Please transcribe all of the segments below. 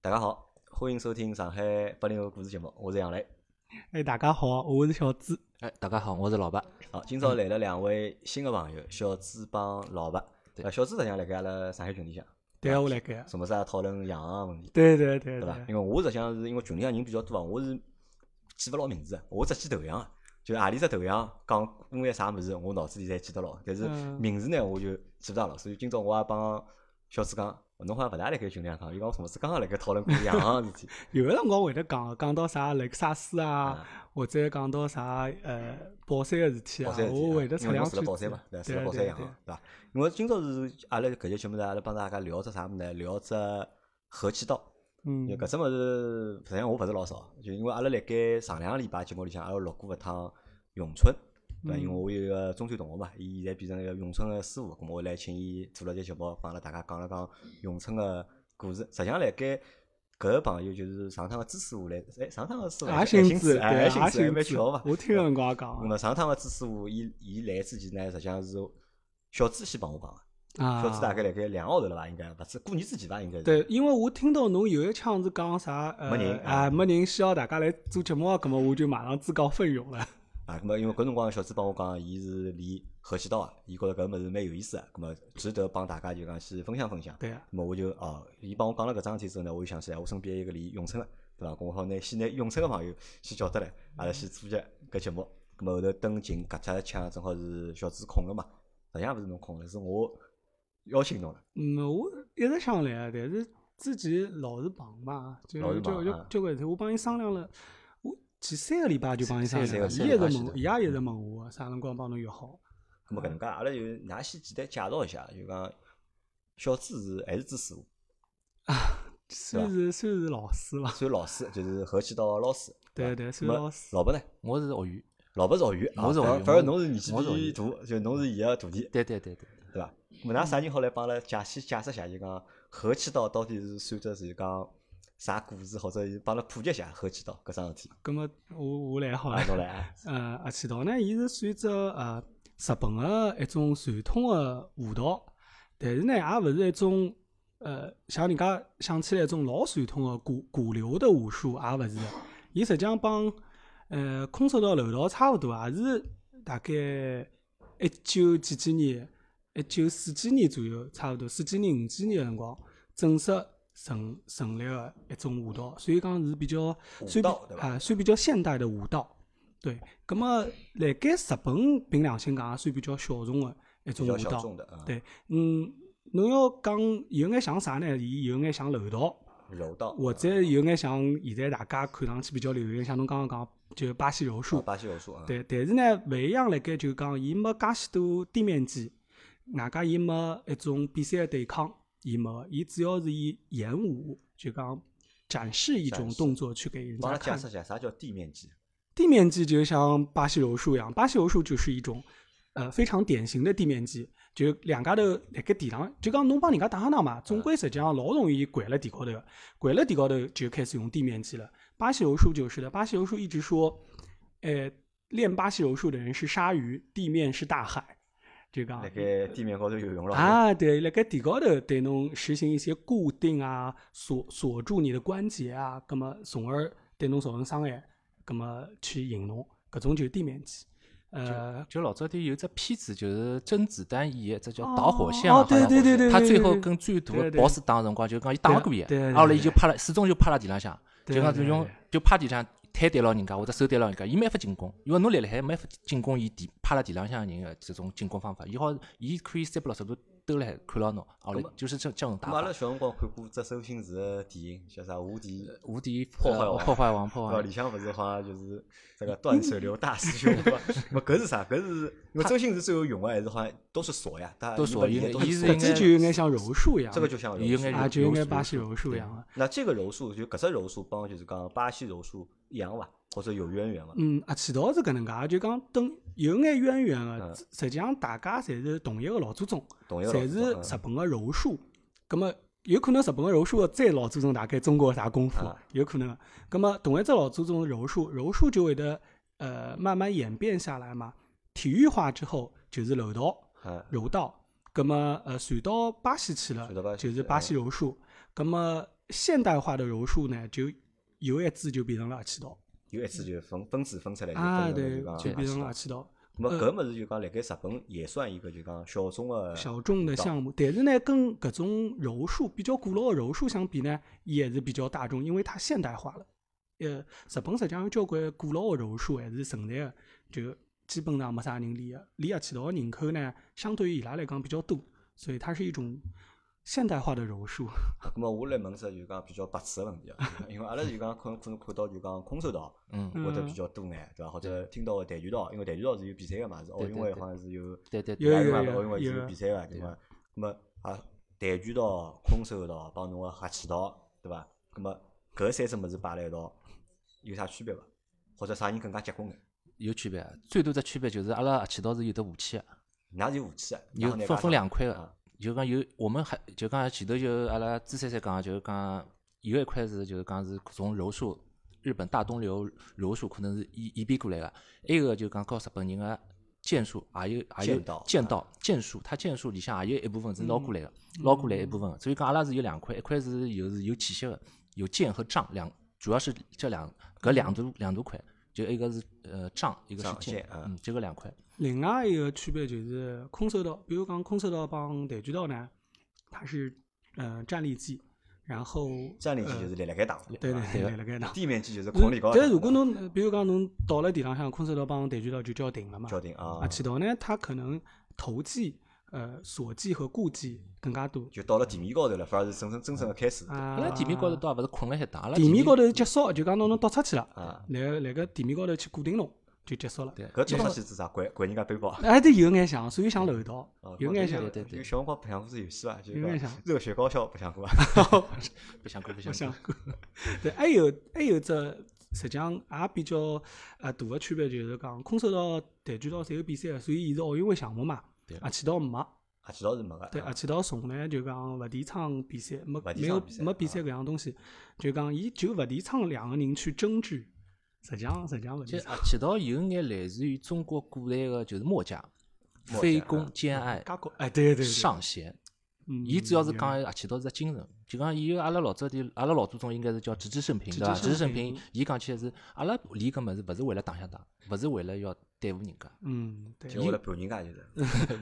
大家好，欢迎收听上海八零后故事节目，我是杨磊。哎，大家好，我是小朱。哎，大家好，我是老白。好，今嗯朝来了两位新的朋友，小朱帮老白。对呃，小朱实际上辣盖阿拉上海群里向，对啊，我来盖。什么啥讨论洋行个问题，对对对对伐对？，因为我实际上是因为群里向人比较多啊，我是记勿牢名字的，我只记头像啊，就是何里只头像讲因为啥物事，我脑子里侪记得牢，但是嗯名字呢我就记勿大牢，所以今朝我也帮小朱讲。侬好像勿大辣盖群里向讲，伊讲我什么事？刚刚辣盖讨论过洋行个事体有个辰光会得讲啊讲到啥雷克萨斯啊，啊，或者讲到啥呃宝山个事体宝啊山事，体我啊会得因插为两侬句住辣宝山子嘛，。对，啊住对辣宝山对洋对行，对伐？因为今朝是阿拉搿节节目呢，阿拉帮大家聊只啥物事呢？聊只合气道。因为嗯搿只物事，实际上我勿是老少，就因为阿拉辣盖上两个礼拜节目里向，阿拉录过一趟咏春，对伐？嗯因为我有一个中专同学嘛，伊现在变成了一个咏春个师傅，咁我来请伊做了节节目，帮阿拉大家讲了讲咏春个故事。实际上辣盖搿个朋友就是上趟个朱师傅来，哎，上趟个师傅也姓姓朱，朱，哎，对，姓啊也朱，还姓蛮巧朱嘛。。嗯我听个辰光也讲啊那么上趟个朱师傅，伊伊来之前呢，实际上是小朱先帮我讲个，啊，小朱大概辣盖两个号头了伐？应该勿止过年之前伐？应该是。对，因为我听到侬有一腔是讲啥呃没人啊啊没人需要大家来做节目啊，葛么我就马上自告奋勇了。啊，咁么因为搿辰光小朱帮我讲，伊是练合气道啊，伊觉着搿物事蛮有意思啊，咁么值得帮大家就讲去分享分享。对啊，咁么我就哦，伊帮我讲了搿桩事体之后呢，我就想起来我身边有一个练咏春个，对伐？咁我好拿先拿咏春个朋友先叫得来，阿拉先做节搿节目。咁么后头等进搿只腔正好是小朱空个嘛，实际上勿是侬空了，是我邀请侬了。嗯，我一直想来，啊但是之前老是忙嘛，就老是就就忙就啊交关事体，我帮伊商量了，我前三个礼拜就帮伊商量了，伊三一直个礼拜问是我，的伊也一直问我，啥辰光帮侬约好？咁么搿能介，阿拉就㑚先简单介绍一下，就讲小朱是还是朱师傅，算是算是老师伐？算老师，就是合气道个老师。对对伐。对，算咁么老师。老婆呢？我是学员。老婆是学员，我是学员啊反反而侬是年纪我是学比员大，就侬是伊个徒弟，对对对对，对伐？咾㑚啥人好来帮阿拉解析解释下，就讲合气道到底是算作是讲啥故事，或者是帮阿拉普及一下合气道搿桩事体。葛么我我来好了 啊，。侬来啊，呃，合气道呢，伊是算只呃日本个一种传统个武道，但是呢，也勿是一种呃像人家想起来一种老传统个古古流的武术，也勿是的。伊实际上帮呃空手道、柔道差勿多，也是大概一九几几年、一九四几年左右，差勿多四几年、五几年个辰光正式成成立个一种武道，所以讲是比较算道对比吧啊算比较现代的武道。对，咁么辣盖日本凭良心讲，也啊算比较小众个一比种 较舞小蹈众。的啊，对，嗯，侬要讲有眼像啥呢？伊有眼像柔道，柔道啊或者有眼像现在大家看上去比较流行，像侬刚刚讲就巴西柔术啊。巴西柔术啊，对，但是呢，勿一样辣盖就讲，伊没介许多地面技，外加伊没一种比赛的对抗，伊没个，伊主要是以演武，就讲展示一种展示动作去给人帮阿家拉解看释。一下啥叫地面技，地面技就像巴西柔术一样，巴西柔术就是一种呃非常典型的地面技，就两家头辣盖地上，就讲侬帮人家打相打嘛，总归实际上老容易掼了地高头的，掼了地高头就开始用地面技了。巴西柔术就是的，巴西柔术一直说，呃，练巴西柔术的人是鲨鱼，地面是大海，就讲辣盖地面高头游泳咯，啊，对，辣盖地高头对侬实行一些固定啊，锁锁住你的关节啊，葛么从而对侬造成伤害，葛么去引侬，搿种就是地面技。呃，啊就老早点有只片子，就是甄子丹演一只叫《导火线》哦好像对对对对他对最对后对跟最大对的对 boss 打的辰光，就讲伊打勿过伊对对对，后来伊对就趴了，始终就趴辣地浪向，对就讲就对用对就趴地上摊对牢人家或者手对牢人家，伊没法进攻，因为侬立辣海没法进攻伊地趴辣地浪向人个这种进攻方法，伊好伊可以三百六十度兜辣海看牢侬，后来就是这这种打咁阿拉法。小辰光看过只周星驰个电影，叫啥无敌。无敌破坏呃王破坏王，哦破坏对伐？王里，向勿是好像就是这个断水流大师兄， 对伐？那搿是啥？搿是因为周星驰最后用个还是好像都是锁呀，大家都一锁般因理解为都是伊是锁应这该就有眼像柔术一样的，这个就像柔应该术有啊，就有柔眼术巴柔西柔术术一对样的。那这个柔术就搿只柔术帮就是讲巴西柔术一样伐？或者有渊源伐？嗯，合气道是搿能介，啊就讲等有眼渊源嗯个，实实际上大家侪是同一个老祖宗，同一个老侪祖是宗日本个柔术。葛么有可能日本个柔术个再老祖宗大概中国个啥功夫啊，有可能。葛么同一只老祖宗的柔术，柔术就会得呃慢慢演变下来嘛。体育化之后就是柔道，嗯嗯柔道。葛么呃传到巴西去传到巴了，西嗯就是去巴西柔术。葛么啊现代化的柔术呢，就有一支就变成了合气道有一次就分分支分出来，就啊，分对成了，就就变讲成了合合气道。气道。咁么搿物事就讲辣盖日本也算一个就讲小众个小众的项目，但是呢，跟搿种柔术比较古老的柔术相比呢，也是比较大众，因为它现代化了。呃，日本实际上有交关古老的柔术还是存在的，就基本上没啥人练的，练合气道的人口呢，相对于伊拉来讲比较多，所以它是一种现代化的柔术。咁么我来问只就讲比较白痴个问题啊，因为阿拉就讲可能可能看到就讲空手道嗯，会得比较多眼，对伐？或者听到个跆拳道，因为跆拳道是有比赛个嘛，是奥运会好像是有对对有对，还有嘛有奥运会是有有比赛个，对伐？咁么啊，跆拳道、空手道帮侬个合气道，对伐？咁么搿三只物事摆辣一道，有啥区别伐？或者啥人更加结棍眼？有区别。最大只区别就是阿拉合气道是有得武器的，啊㑚是有武器个，有㑚好拿分分家两块啊个，就讲有我们还就讲前头就阿拉朱三三讲，就是讲有一块是就是讲是从柔术日本大东流柔术可能是移移变过来个，还有个就讲告日本人个剑术，也有也有剑道剑道剑术，它剑术里向也有一部分是捞过来个，捞过来一部分的。所以讲阿拉是有两块，一块是有是有体系个，有剑和杖两，主要是这两搿两大两大块，就一个是呃杖，一个是杖剑剑，啊嗯，就搿两块。另外一个区别就是空手道，比如讲空手道帮跆拳道呢，它是呃站立技，然后战力技呃就是辣辣盖打的，对伐对对，对个辣辣盖打。地面技就是嗯空里高打的。但如果侬呃比如讲侬倒了地浪向，空手道帮跆拳道就叫停了嘛。交定啊合，气道呢，它可能投技、呃锁技和固技更加多。就到了地面高头了，反而是真正真正的开嗯始。啊，阿拉地面高头倒也勿是困了一打，阿拉地面高头结束，就讲侬侬倒出去了啊，然后辣盖地面高头去固定侬，就结束了。对搿做法是指啥？掼掼人家背包。哎，对，有眼像，所以像柔道哦，有眼像像，。对对对有小辰光白相过这游戏伐？就有是眼讲像热血高校白相 过伐？不想过，不我想想过。过，对，还有还有只实际上也比较呃大个区别就是讲，空手道、跆拳道侪有比赛的，所以伊是奥运会项目嘛对，合气道没。合气道是没个。对，啊而且到从呢就讲勿提倡比赛，没勿提没倡有比赛没比啊赛搿样东西，就讲伊就勿提倡两个人去争执，实际上实际上勿其提实倡，合气道有眼类似于中国古代个就是墨家，墨非家攻嗯兼爱，加高哎对对对，上贤。嗯，伊主要是有讲合气道是只精神，就讲伊阿拉老早的阿拉老祖宗应该是叫直至圣平，对伐？直直至至圣圣平平，伊讲起来是阿拉练搿物事，勿是为了打相打，勿是为了要对付人家，嗯对，就为了盘人 家就是。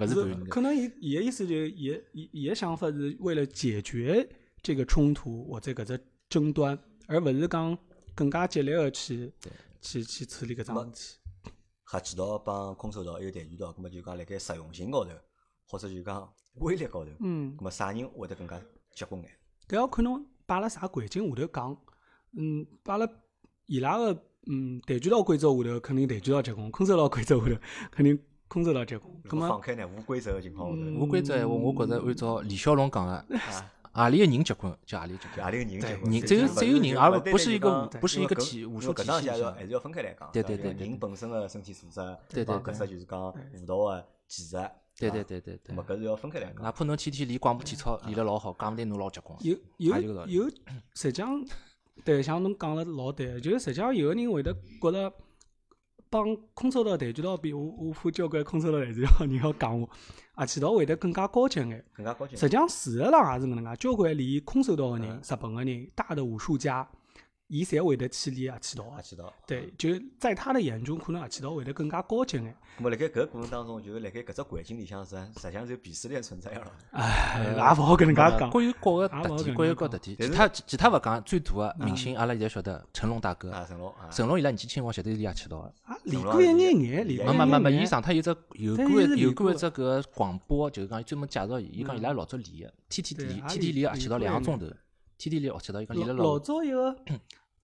勿是是为人家。可能伊伊个意思就是伊个伊伊个想法是为了解决这个冲突或者搿只争端，而勿是讲更加激烈个去去去处理搿桩事体。合气道帮空手道还有跆拳道，葛么就讲辣盖实用性高头，或者就讲威力高头，嗯葛，么啥人会得更加结棍眼？搿要看侬摆辣啥环境下头讲。嗯，摆辣伊拉个嗯跆拳道规则下头，肯定跆拳道结棍；空手道规则下头， 肯定空手道结棍。如葛果放么，开呢，无规则个情况下头，啊无规则闲话，我觉着按照李小龙讲 个，何里个人结棍就何里结就棍。阿里个人结棍人就只有是只有人就而勿不单不单是就一个讲武不是因为一个搿体因武为术搿体桩系事体还要是吧还是要分开来讲，对对伐因对对为对人本身个身体素质，对帮对搿只就是讲对舞蹈个技术，啊对伐对，对对对咾么。搿是要分开来哪讲。怕侬天天练广播体操练了老好，讲勿定侬老结棍。有也有有道理有，实际上，对，像侬讲了老对，就是实际上有个人会得觉着帮空手道、跆拳道比，我我怕交关空手道、跆拳道人要讲我，而且道会得更加高级眼。更加高级。实际上，事实上也是搿能介，交关练空手道个嗯人、日本个人、大的武术家，伊侪会得去啊练合气道个合。气道。对，就是在他的眼中，可能合气道会得更加高级眼。咁么辣盖搿个过程当中，就是辣盖搿只环境里向是实际上是有鄙视链存在个咯。哎，也勿好搿能介讲。各有各个也勿好特搿点，能各介有讲各嗯特点。但其是他其他勿讲，最大个明星阿拉现在晓得成龙大哥，啊，成龙啊，成龙伊拉年纪轻，我晓得伊拉去到个。啊，练过一眼眼，练哎过一没没没眼没，眼伊。上趟有只有对过伊是一有练过过一只搿个广播，就是讲专门介绍伊，伊讲伊拉老早练个，天嗯对天练，也天天练练合气道练两过个钟头，天天练合气道，伊讲练了老老老。早一个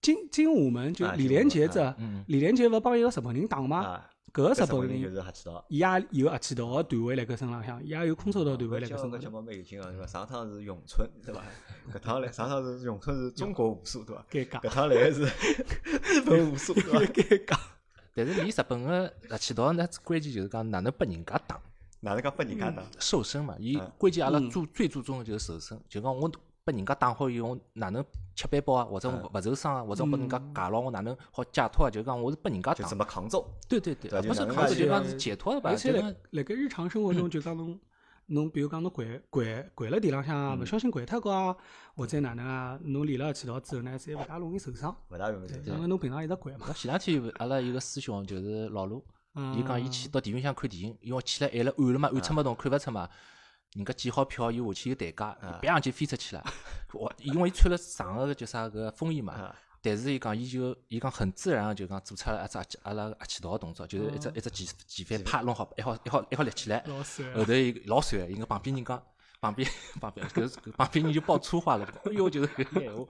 金金武门，就啊李金武连门杰啊这嗯，李连杰勿帮一个日本人打嘛？啊，搿个搿日本人就人，是合气道。伊也有合气道个段位辣搿身浪向，伊也有空手道段位我辣今搿朝搿身浪节向。目蛮有劲个，对伐？上趟啊是咏春，对伐？搿趟来，上趟是咏春是中国武术，对伐？尴尬搿趟来个是日本武术，对伐？尴尬，但是练日本呃个合气道呢，关键就是讲哪能拨人家打。 哪能介拨人家打？瘦身嘛，伊嗯关键阿拉注最注重的就是瘦身，就讲我拨人家打好以后，我哪能吃板包啊，或者嗯我勿受伤啊，或者我拨人家嗯揩牢，我哪能好解脱啊？就讲我是拨人家就打怎，么抗揍？对对对，对而就不是哪能靠介就去讲是解脱的吧，而且就辣讲辣盖日常生活中就讲侬侬比如讲侬掼掼掼了地浪向，勿小心掼脱个啊，或者哪能啊，侬连了一记道之后呢，侪勿大容易受伤。勿大容易对受，伤。因为侬平常一直掼嘛。那前两天阿拉有个师兄就是老卢，嗯啊伊讲伊去到电影院看电影，因为去了晚了晚了嘛，晚出没动看勿出嘛。人家检好票，伊下去有代价，嗯别样就飞出去了。我因为伊穿了长个叫啥个风衣嘛啊，但是伊讲伊就伊讲很自然地就讲做出了一只阿阿拉阿奇道个动作，就是一哦只一只前前翻啪弄好，一好一好一好立起来，老帅呃啊后头伊老帅，伊讲旁边人讲。旁边旁边搿搿旁边人就爆粗话了，哎哟，就是搿个 闲话，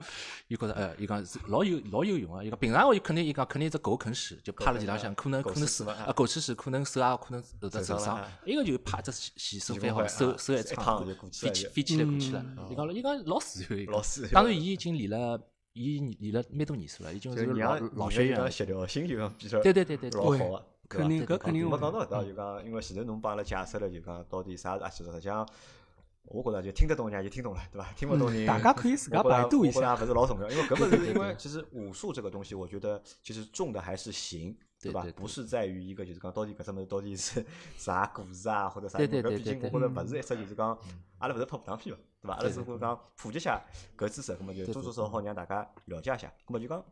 伊觉着哎，伊讲是老有老有用啊，伊讲平常我肯定伊讲肯定一只狗啃屎，就趴辣地浪向，可能狗可能吃屎手嘛啊啊狗吃屎，可能手啊可能后头受受伤伤了啊，一个就趴只洗手洗翻手好，间手啊手一一趟趟就过去飞了起就飞起来过去了嗯，伊讲了伊讲老自然，伊讲老自然当然伊已经练了，伊练了蛮多年数了，已经就是是老让老学员讲了，协调性就讲比较对对对对对老好个，对肯伐定对搿对肯定嗯对我会讲到搿搭就讲，因为前头侬帮阿拉解释了，就讲到底啥是阿奇实际上我觉着就听得懂人家就听懂了，对伐？听勿懂人，嗯大家可以自我家觉得百度一我觉得下。还不是老重要，因为 根本对是因对为其实武术这个东西，我觉得其实重的还是形，对吧对？对不是在于一个就是讲到底搿只物事到底是 啥故事啊，或者啥对物对事。搿对毕对竟对嗯我觉着勿是一只就是讲，阿拉勿是拍武打片嘛，对伐？阿拉对只对不过讲普及一下搿知识，搿么就对多对多少少让大家了解一下。搿么就讲，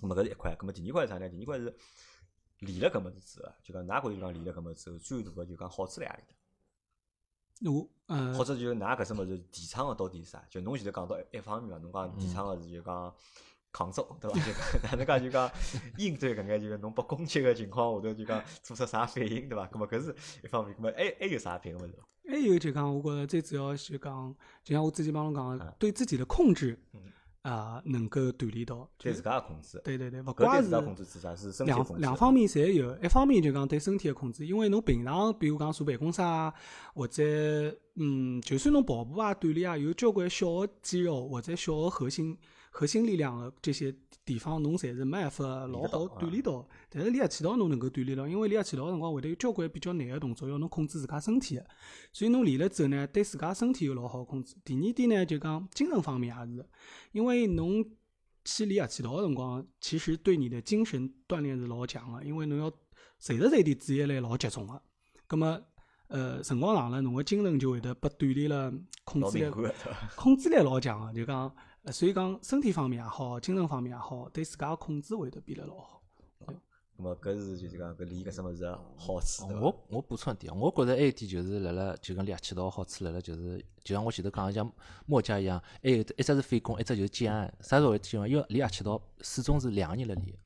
搿么搿是一块，搿么第二块是啥呢？第二块是练了搿么子之后，就讲㑚觉着就讲练了搿么子之后，最大个就讲好处辣何里搭？我呃或，者就是㑚搿只物事提倡个到底是啥？就侬前头讲到一一方面嗯嘛，侬讲提倡个是就讲抗争， 对伐？就讲哪能讲就讲应对搿眼就是侬被攻击个情况下头，就讲做出啥反应，对伐？搿么搿是一方面，搿么还还有啥别个物事？还有就讲，我觉着最主要是讲，就像我之前帮侬讲啊的，对自己的控制嗯啊，能够锻炼到。就对是自家个控制，对对对，勿哦搿对光自是家控制是啥？是身体控制两。两方面侪有，一方面就讲对身体的控制，因为侬平常比如讲坐办公室啊，或者嗯，就算侬跑步啊、锻炼啊，有交关小的肌肉或者小的核心核心力量的这些地方，侬侪是没办法老练得好到啊锻炼到。但是练合气道侬能够锻炼到，因为练合气道的辰光会得有交关比较难的动作，要侬控制自家身体的。所以侬练了之后呢，对自家身体有老好的控制。第二点呢，就讲精神方面也是的，因为侬去练合气道的辰光，其实对你的精神锻炼是老强的，因为侬要随时随地注意力老集中的。葛么，呃，辰光长了，侬的精神就会得被锻炼了，控老制敏力感个，对伐？控制力老强的，就讲，呃所以讲身体方面也好，精神方面也好，对自家的控制会得变得老好。搿么搿是就是讲搿练搿只物事个好处，对伐？我我补充一点，我觉哎着还有一点就是辣辣就讲两起道好处辣辣就是，就像我前头讲的像墨家一样，还有一只一只是反攻，一只就是接案。啥时候会接案？因为练两起道始终是两个人辣练，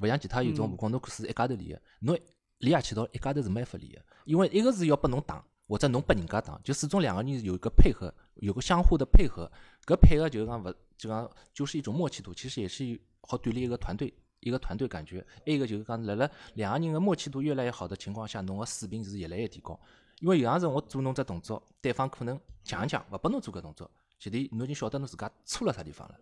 勿像其他有种嗯武功侬是一家头练的，侬练两起道一家头是没法练的，因为一个是要拨侬打，或者侬拨人家打，就始终两个人有一个配合，有个相互的配合。搿配合就是讲勿就讲就是一种默契度，其实也是好锻炼一个团队一个团队感觉。还有一个就是讲，辣辣两个人的默契度越来越好的情况下，侬个水平是越来越提高。因为有样子我做侬只动作，对方可能强一强，勿拨侬做搿动作，前提侬已经晓得侬自家错了啥地方了。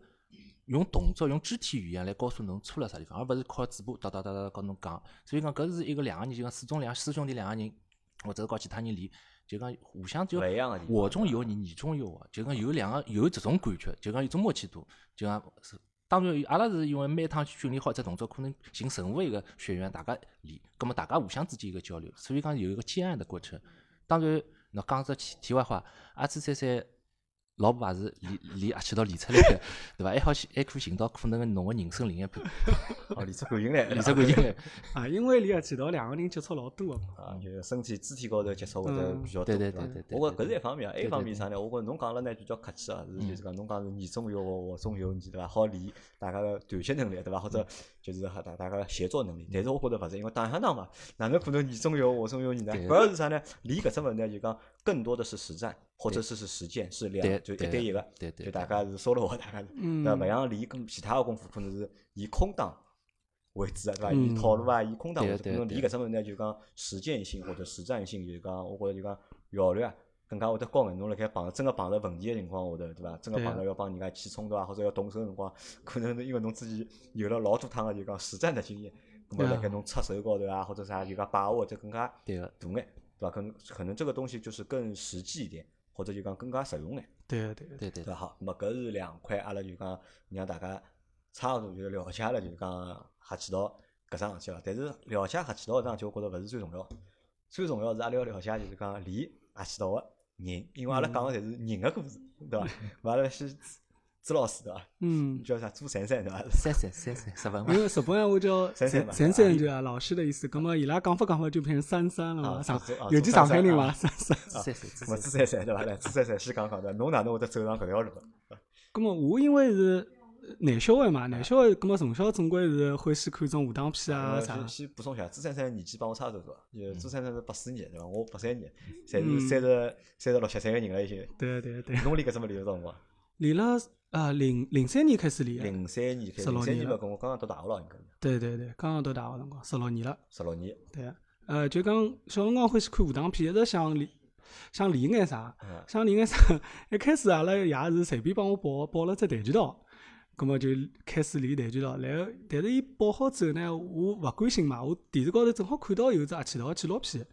用动作、用肢体语言来告诉侬错了啥地方，而勿是靠嘴巴哒哒哒哒跟侬讲。所以讲，搿是一个两个人，就讲始终两师兄弟两个人，或者搞其他人练，就讲互相就勿一样个地方我中有你，你中有我，就讲有两个有这种感觉，就讲有种默契度，就讲是。当然，阿拉是因为每一趟训练好这动作，可能寻任何一个学员，大家练，葛么大家互相之间一个交流，所以讲有一个接案的过程。当然，那讲只题题外话，阿次三三老婆也是练练阿去到练出来的， 对伐？还好还可以寻到可能侬个人生另一半，哦，练出感情来 了，练出感情来。啊，因为练合气道两个人接触老多的嘛。啊，就是身体肢体高头接触会得嗯比较多，嗯对对伐对对对我觉对搿是一方面啊，还有一对方对嗯面是啥呢？我觉着侬讲了呢就比较客气啊，是就是讲侬讲是你中有我，我中有你，对伐？好练大家个团结能力，对伐？或嗯者就是哈大大家个协作能力。但是我觉着勿是，因为打相打嘛，哪能可能你中有我，我中有你呢？对主要是啥呢？练搿只物事呢，就讲更多的是实战，或者对是是实践，是对两就一对对一个，对对就对大家是 solo 的，大家是。嗯那勿像练跟其他个功夫，可能是以空档为主啊，对伐？以嗯套路啊，以空档为主。对可对能对练搿只物事呢，就讲实践性或者实战性，就是讲我觉着就讲效率啊，更加会得高眼。侬辣盖碰真个碰着问题个情况下头，对伐？真个对啊碰着要帮人家起冲突啊，或者要动手个辰光，可能是因为侬自己有了老多趟个就讲实战的经验，那么对啊辣盖侬出手高头啊，或者啥就讲把握就更加对个，大眼，对伐？可能可能这个东西就是更实际一点，或者就讲更加实用眼。对对对。对对对伐？好，那么搿是两块，阿拉就讲让大家差勿多就了解了，就是讲合气道搿桩事体了。但是了解合气道搿桩事体，我觉着勿是最重要，最重要是阿拉要了解就是讲练合气道个人，因为阿拉讲个侪是人个故事，对 伐？勿阿拉先朱朱老师对伐？嗯，叫啥朱珊珊对伐？三三三三日文嘛因，为日本闲话叫三三三嘛三啊三就啊老师的意思，葛么伊拉讲法讲法就变成三三了啊嘛，上三三啊尤其三上三海人啊嘛，三三。三三三么三朱珊珊对伐？来朱珊珊先讲讲对伐？侬哪能会得走上搿条路？葛么我因为是呃男小孩嘛，男小孩葛么从小总归是欢喜看种武打片啊呃啥嗯先。先补充一下，朱珊珊年纪帮我差勿多对伐？因为朱珊珊是八四年对伐？我八三年，侪是三十三十六七岁个人了已经。对对对，侬练搿只物事有辰光？练了啊零零三年开始练的，零三年开始，十零六三年年了嘛，跟我刚刚读大学了，应该是对对对，刚刚到大学辰光，十六年了。十六年。对，呃，就讲小辰光欢喜看武打片，一直想练，想练眼啥嗯，想练眼啥。一开始阿拉爷是随便帮我报报了只跆拳道，葛么就开始练跆拳道。然后，但是伊报好之后呢，我勿甘心嘛，我电视高头正好看到有只合气道纪录片，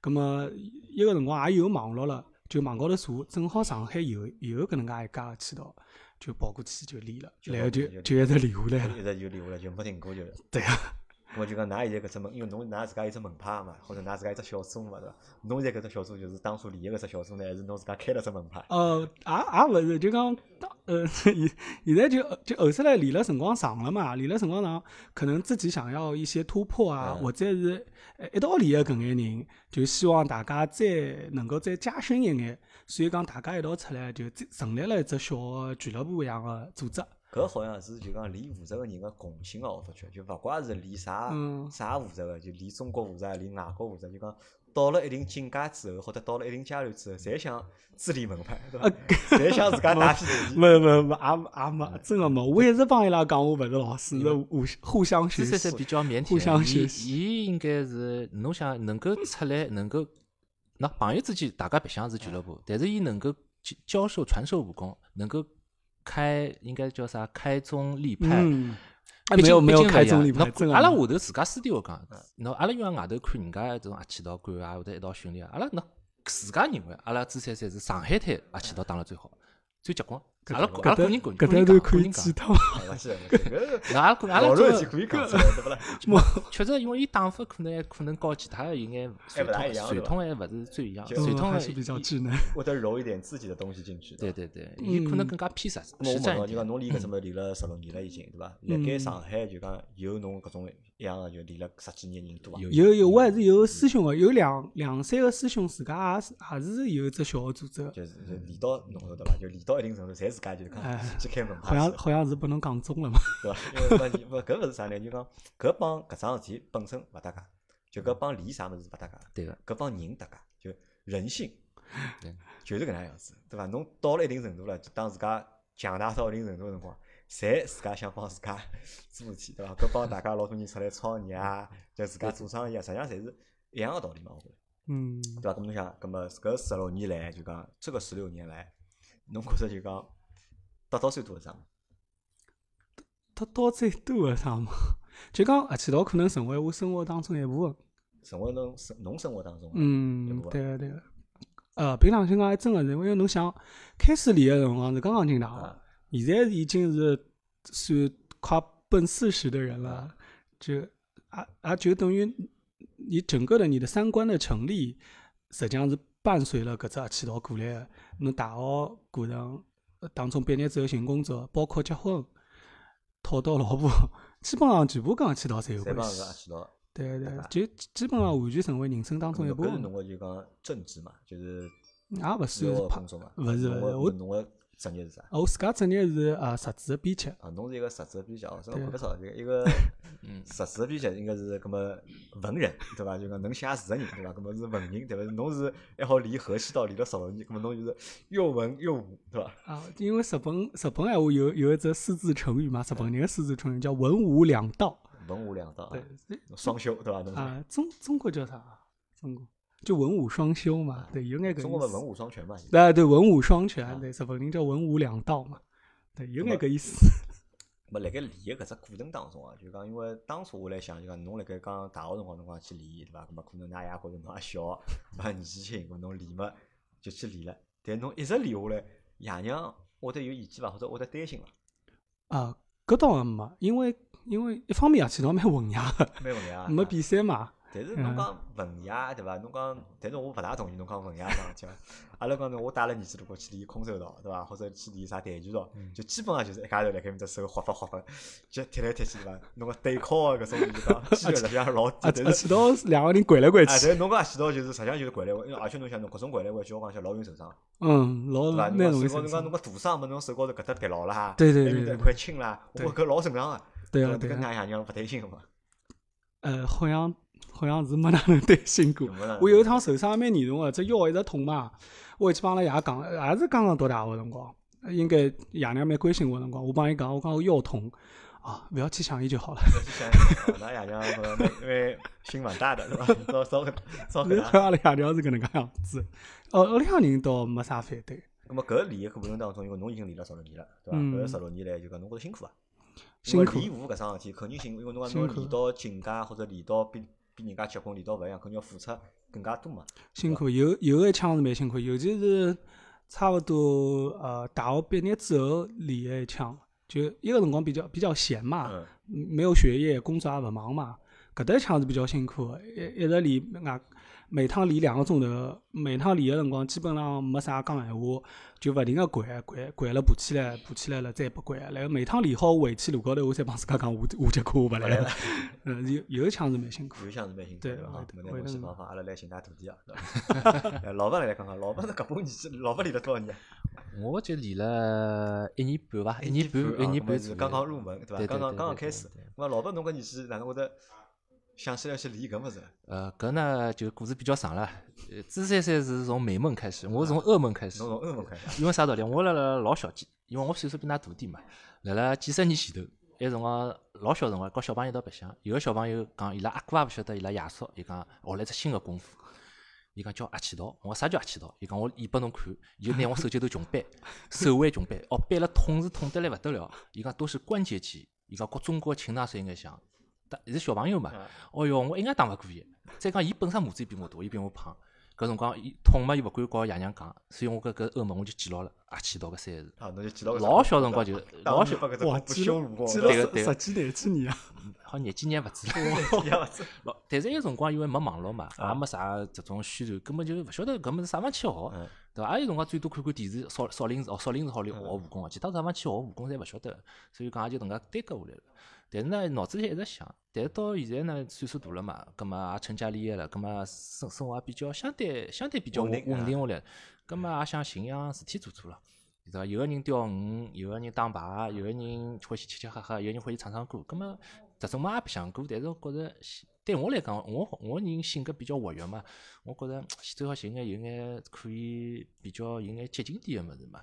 葛么一个辰光也有网络了，就网高头查，正好上海有有搿能介一家合气道，就跑过去就练了，就然后跑就过去就就一直练下来了。一直就练下来，就没停过就是。对啊，我就讲，㑚现在搿只门，因为侬㑚自家有只门派嘛，或者㑚自家有只小组嘛，对伐？侬现在搿只小组就是当初练个搿只小组呢，还是侬自家开了只门派？呃，也也勿是，就讲当呃， 现现在就就后头来练了辰光长了嘛，练了辰光长，可能自己想要一些突破啊，嗯或者是呃一道练个搿眼人，就希望大家再能够再加深一眼，所以讲大家一道出来就自成立了一只小个俱乐部一样个组织。搿好像是就讲练武术个人个共性个哦我发觉，就勿怪是练啥嗯啥武术个，就练中国武术啊，练外国武术，就讲到了一定境界之后，或者到了一定阶段之后，侪想自立门派，啊对伐？侪想自家打起自己。没没没，也也没，真个没，我一直帮伊拉讲，我勿是老师，是互互相学四习三。三比较腼互相腆学，伊伊应该是侬想能够出来，能够那朋友之间大家白相是俱乐部，但是伊能够教教授传授武功，能够开应该叫啥开宗立派。嗯，毕没竟有没毕有竟开勿一样宗立派那，真个。阿拉下头自家私底下嗯讲，那阿拉因为外头看人家这种合气道馆啊，或者一道训练，阿拉那自家认为阿拉朱三三是上海滩合气道打了最好，最结棍。阿拉个阿拉个人个人搿个搭人都讲，个可以人记讲，他。哎勿是，勿是那阿拉个搿阿老拉肉这事体可以讲出来，对勿啦？确实，因为伊打法可能还可能跟其他的有眼还传不大一统样传统还勿是最一样，就传统嗯还的是比较伊稚嫩。会得揉一点自己的东西进去。对吧。对对，伊可能更加偏实那么我实问侬，战一就讲点。嗯侬练搿只么练了十六年了已经，对伐？辣盖上海就讲有侬搿种一样个，就练了十几年人多伐？啊有有有，我还是有师兄个，有两两三个师兄自家也是也是有只小个组织的，就是就练到侬搿对伐？就练到一定程度，侪自家就是讲哎自己开门好派像是，好像是被侬讲中了嘛。 对伐？因为勿勿搿勿是啥呢？就讲搿帮搿桩事体本身勿搭界，就搿帮练啥物事勿搭界，对个，搿帮人搭界，就人性对，就是搿能样子，对伐？侬到了一定程度了，就当自家强大到一定程度个辰光，侪自家想帮自家做事体，对伐？搿帮大家老多人出来创业啊，就自家做生意啊，实际上侪是一样个道理嘛，我觉着。嗯，对伐？咁侬想，咁么搿十六年来，就讲这个十六年来，侬觉着就讲得到最多是啥物事？得到最多个啥嘛？就讲合气道可能成为我生活当中一部分。生活侬生侬生活当中啊，一嗯部，分对个对个。呃，平常心讲还真个是，因为侬想开始练个辰光是刚刚进大学，啊，现在已经是算快奔四十的人了，就啊啊，就等于你整个的你的三观的成立，实际上是伴随了搿只合气道过来的。侬大学过程呃当中毕业之后寻工作，包括结婚、讨到老婆，基本上全部跟合气道侪有三关帮系个。渠道，对对对吧，就基本上完全成为人生当搿中一么部搿是分侬了，个就讲正职嘛，就是也勿侬算个啊是拍工。作嘛，啊勿是侬勿是个我侬个职业是啥？啊我自家职业是啊杂志的编辑，啊，侬是一个实职编辑哦，这个对不得少，这个一 个嗯实职编辑应该是搿么文人对伐？就讲能写字的人对伐？搿么是文人对伐？侬是还好练合气道练了十六年，搿么侬就是又文又武对伐？啊，因为日本日本闲话有有一只四字成语嘛，日本人的四字成语叫文武两道。文武两道啊对，是双修对伐？侬是啊，中中国叫啥？中国啊就文武双修嘛，对，有眼搿中国的意文思。武双全嘛，现在对对，文武双啊全，对，日本人叫文武两道嘛，对，有那么眼搿意思。 咁么辣盖练个搿只过程当中啊，就讲因为当初我来想就讲侬辣盖讲大学辰光辰光去练对伐？咁么可能㑚爷觉着侬还小， 对伐？年纪轻，咁侬练嘛就去练了，但侬一直练下来，爷娘会得有意见伐？或者会得担心伐？啊，搿倒也没，因为因为一方面啊，其实蛮混淆的，没问题啊，没比赛嘛，但是侬嗯讲文雅对伐？侬讲，但是我勿大同意侬讲文雅桩事体 啊。阿拉讲侬，我带了儿子如果去练空手道对伐？或者去练啥跆拳道，嗯就基本上就是一家头辣盖面搭手划分划分，就踢来踢去对伐？侬个对抗个搿种就讲 肌肉实际上老低，啊，但 啊，是去到两个人拐来拐啊，但去，是侬讲起到就是实际上就是拐来拐，因为而且侬想侬搿种拐来拐去，我讲起来老容易受伤。嗯，老对伐？那容易侬讲受侬讲侬伤，个大伤嘛，侬手高头搿搭跌牢了哈，对对那对面搭一对块青啦，我对觉搿老正常个。对啊搿对搿啊，哪样让勿对心个嘛？呃，好像好像是没哪能担心过有。没啦我有一趟受伤蛮严重个，啊只腰一直痛嘛。我回去帮阿拉爷讲，也是刚刚到大学个辰光，应该爷娘蛮关心我个辰光。我帮伊讲，我讲我腰痛啊，勿要去想伊就好了。我就想，哦那爷娘可能因为心蛮大的 是吧？早早早搿 阿拉爷娘是搿能介样子，哦，屋里向人倒没啥反对，那么搿练个过程当中，因为侬已经练了十六年了，对伐？嗯搿十六年来就讲侬觉得辛苦伐？啊辛苦练武搿桩事体肯定辛苦，因为侬讲辛侬苦练到境界或者练到比比人家结棍练到勿一样，肯定要付出更加多嘛。辛苦，有有一枪是蛮辛苦，尤其是差不多呃大学毕业之后练个一枪，就一个辰光比较比较闲嘛，啊嗯，没有学业，工作也勿忙嘛，搿搭一腔是比较辛苦的，一一直练外，每趟练两个钟头，每趟练个辰光基本上没啥讲闲话，就勿停个掼掼掼了爬起来，爬起来了再不掼，然后每趟练好回去路高头，我再帮自家讲，我我结果我勿来了， 嗯，有有一腔是蛮辛苦的，有一项是蛮辛苦对对伐我？没我拿我也去是方法，阿拉来寻㑚徒弟啊。对伐 哎老板来讲讲，老板是搿把年纪，老板练了多少年啊？我就练了一年半吧，一年半，一啊年搿半么左是右刚刚入门对伐？对对刚刚对刚刚对开对始对。我讲老板侬搿年纪哪能会得想起来去练搿物事？呃，搿呢就故事比较长了。呃，朱三三是从美梦开始，我是从噩梦开始侬。从欧盟开始啊，因为啥道理？我辣辣老小，因为我岁数比㑚大点嘛，辣辣几十年前头，埃辰光老小辰光，跟小朋友一道白相，有个小朋友讲伊拉阿哥也勿晓得伊拉爷叔，伊讲学了一只新个功夫，伊讲叫阿奇道，我讲啥叫阿奇道？伊讲我演拨侬看，伊就拿我手指头穷 掰，手腕穷掰，哦，掰了痛是痛得来勿得了，伊讲都是关节肌，伊讲和中国擒拿手应该像，但是小朋友嘛，哦哟，我一眼打勿过伊。再讲伊本身母子也比我大，伊比我胖。搿辰光伊痛嘛，伊勿敢告爷娘讲，所以我搿搿噩梦我就记牢了，阿奇道搿三个字。啊，侬就记牢搿只老小辰光就当老年小把搿只哇，不记羞了辱我，记对个了对十个几廿几年啊，好像廿几年勿 止了。 也勿知老，但是一辰光因为没网络嘛，啊也没啥这种宣传，根本就勿晓得搿物事啥方去嗯嗯学，对伐？也有辰光最多看看电视，少少林寺哦，少林寺好里学武功哦，其他啥方去学武功侪勿晓得，所以讲也就搿能介单搿下来了。但是呢，脑子里一直想，但是到现在呢，岁数大了嘛，葛末也成家立业了，葛末生生活也比较相对相对比较稳稳定啊稳嗯定下来了，葛末也想寻样事体做做了。对伐？有个人钓鱼，有个人打牌，有个人欢喜吃吃喝喝，有个人欢喜唱唱歌。咁么，迭种嘛也白相过，但是我觉着对我来讲，我我人性格比较活跃嘛，我觉着最好寻眼有眼可以比较有眼接近点个物事嘛。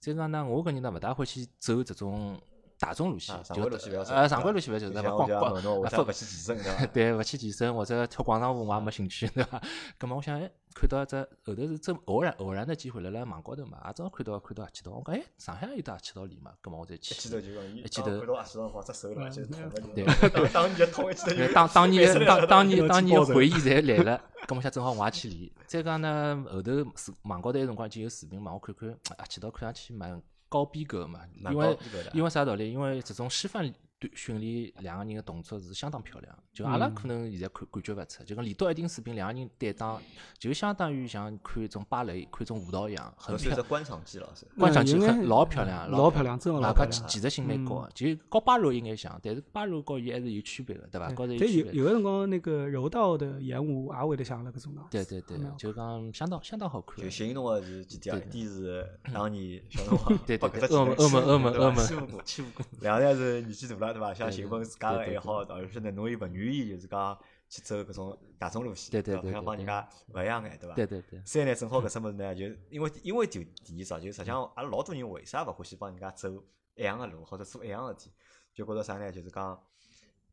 再讲呢，我搿人呢勿大欢喜走这种大众路线啊，常就规路线勿要走呃对常伐规路线勿要走，对伐？像光我就光讲侬，啊我勿再勿去健身对伐？对，勿去健身或者跳广场舞，我也没兴趣，对伐？咁么我想，哎，看到一只后头是真偶然偶然的机会，辣辣网高头嘛，也正好看到看到阿七道，我讲，哎，上海有得阿七道练嘛，咁么我再一去。记头就讲，伊 一记刚头看到阿叔辰光，只手嗯了，就是痛了，对就当年痛一记头因为就当当年每次当当要年当去年报仇回忆侪来了，咁我想正好我也去练。再讲呢，后头视网高头有辰光已经有视频嘛，我看看啊，几道看上去蛮高逼格嘛，蛮因高为逼格的因为啥道理？因为这种师范锻训练两个人的动作是相当漂亮，就阿嗯拉可能现在感感觉勿出，就讲练到一定水平，两个人对打，就相当于像看一种芭蕾、看一种舞蹈一样，很侬算漂是官场技了是？观赏嗯性应该很老漂亮，老漂亮，真个外老嗯加漂技亮。技术性蛮高的，啊就和巴柔应该像，但是巴柔和伊还是有区别的，对伐？高对头有但区有别。有个辰光，那个柔道的演武也会得像那个什么，对对对蛮好，就讲相当相当好看就。吸引侬个是几点啊？对嗯一点是当年小辰光对把对搿只对技能恶魔恶魔欺负过对伐欺恶魔负 过欺负过。 两个是年纪大了对伐？想寻份自家个爱好，而且呢，侬又勿愿意就是讲去走搿种大众路线，对对伐对想对帮人对家勿一样眼对伐？对对对，三呢，正好嗯搿只物事呢，就因为因为就第一只，就实际上阿拉老多人为啥勿欢喜帮人家走一样个路或者做一样个事体，就觉着啥呢？就是讲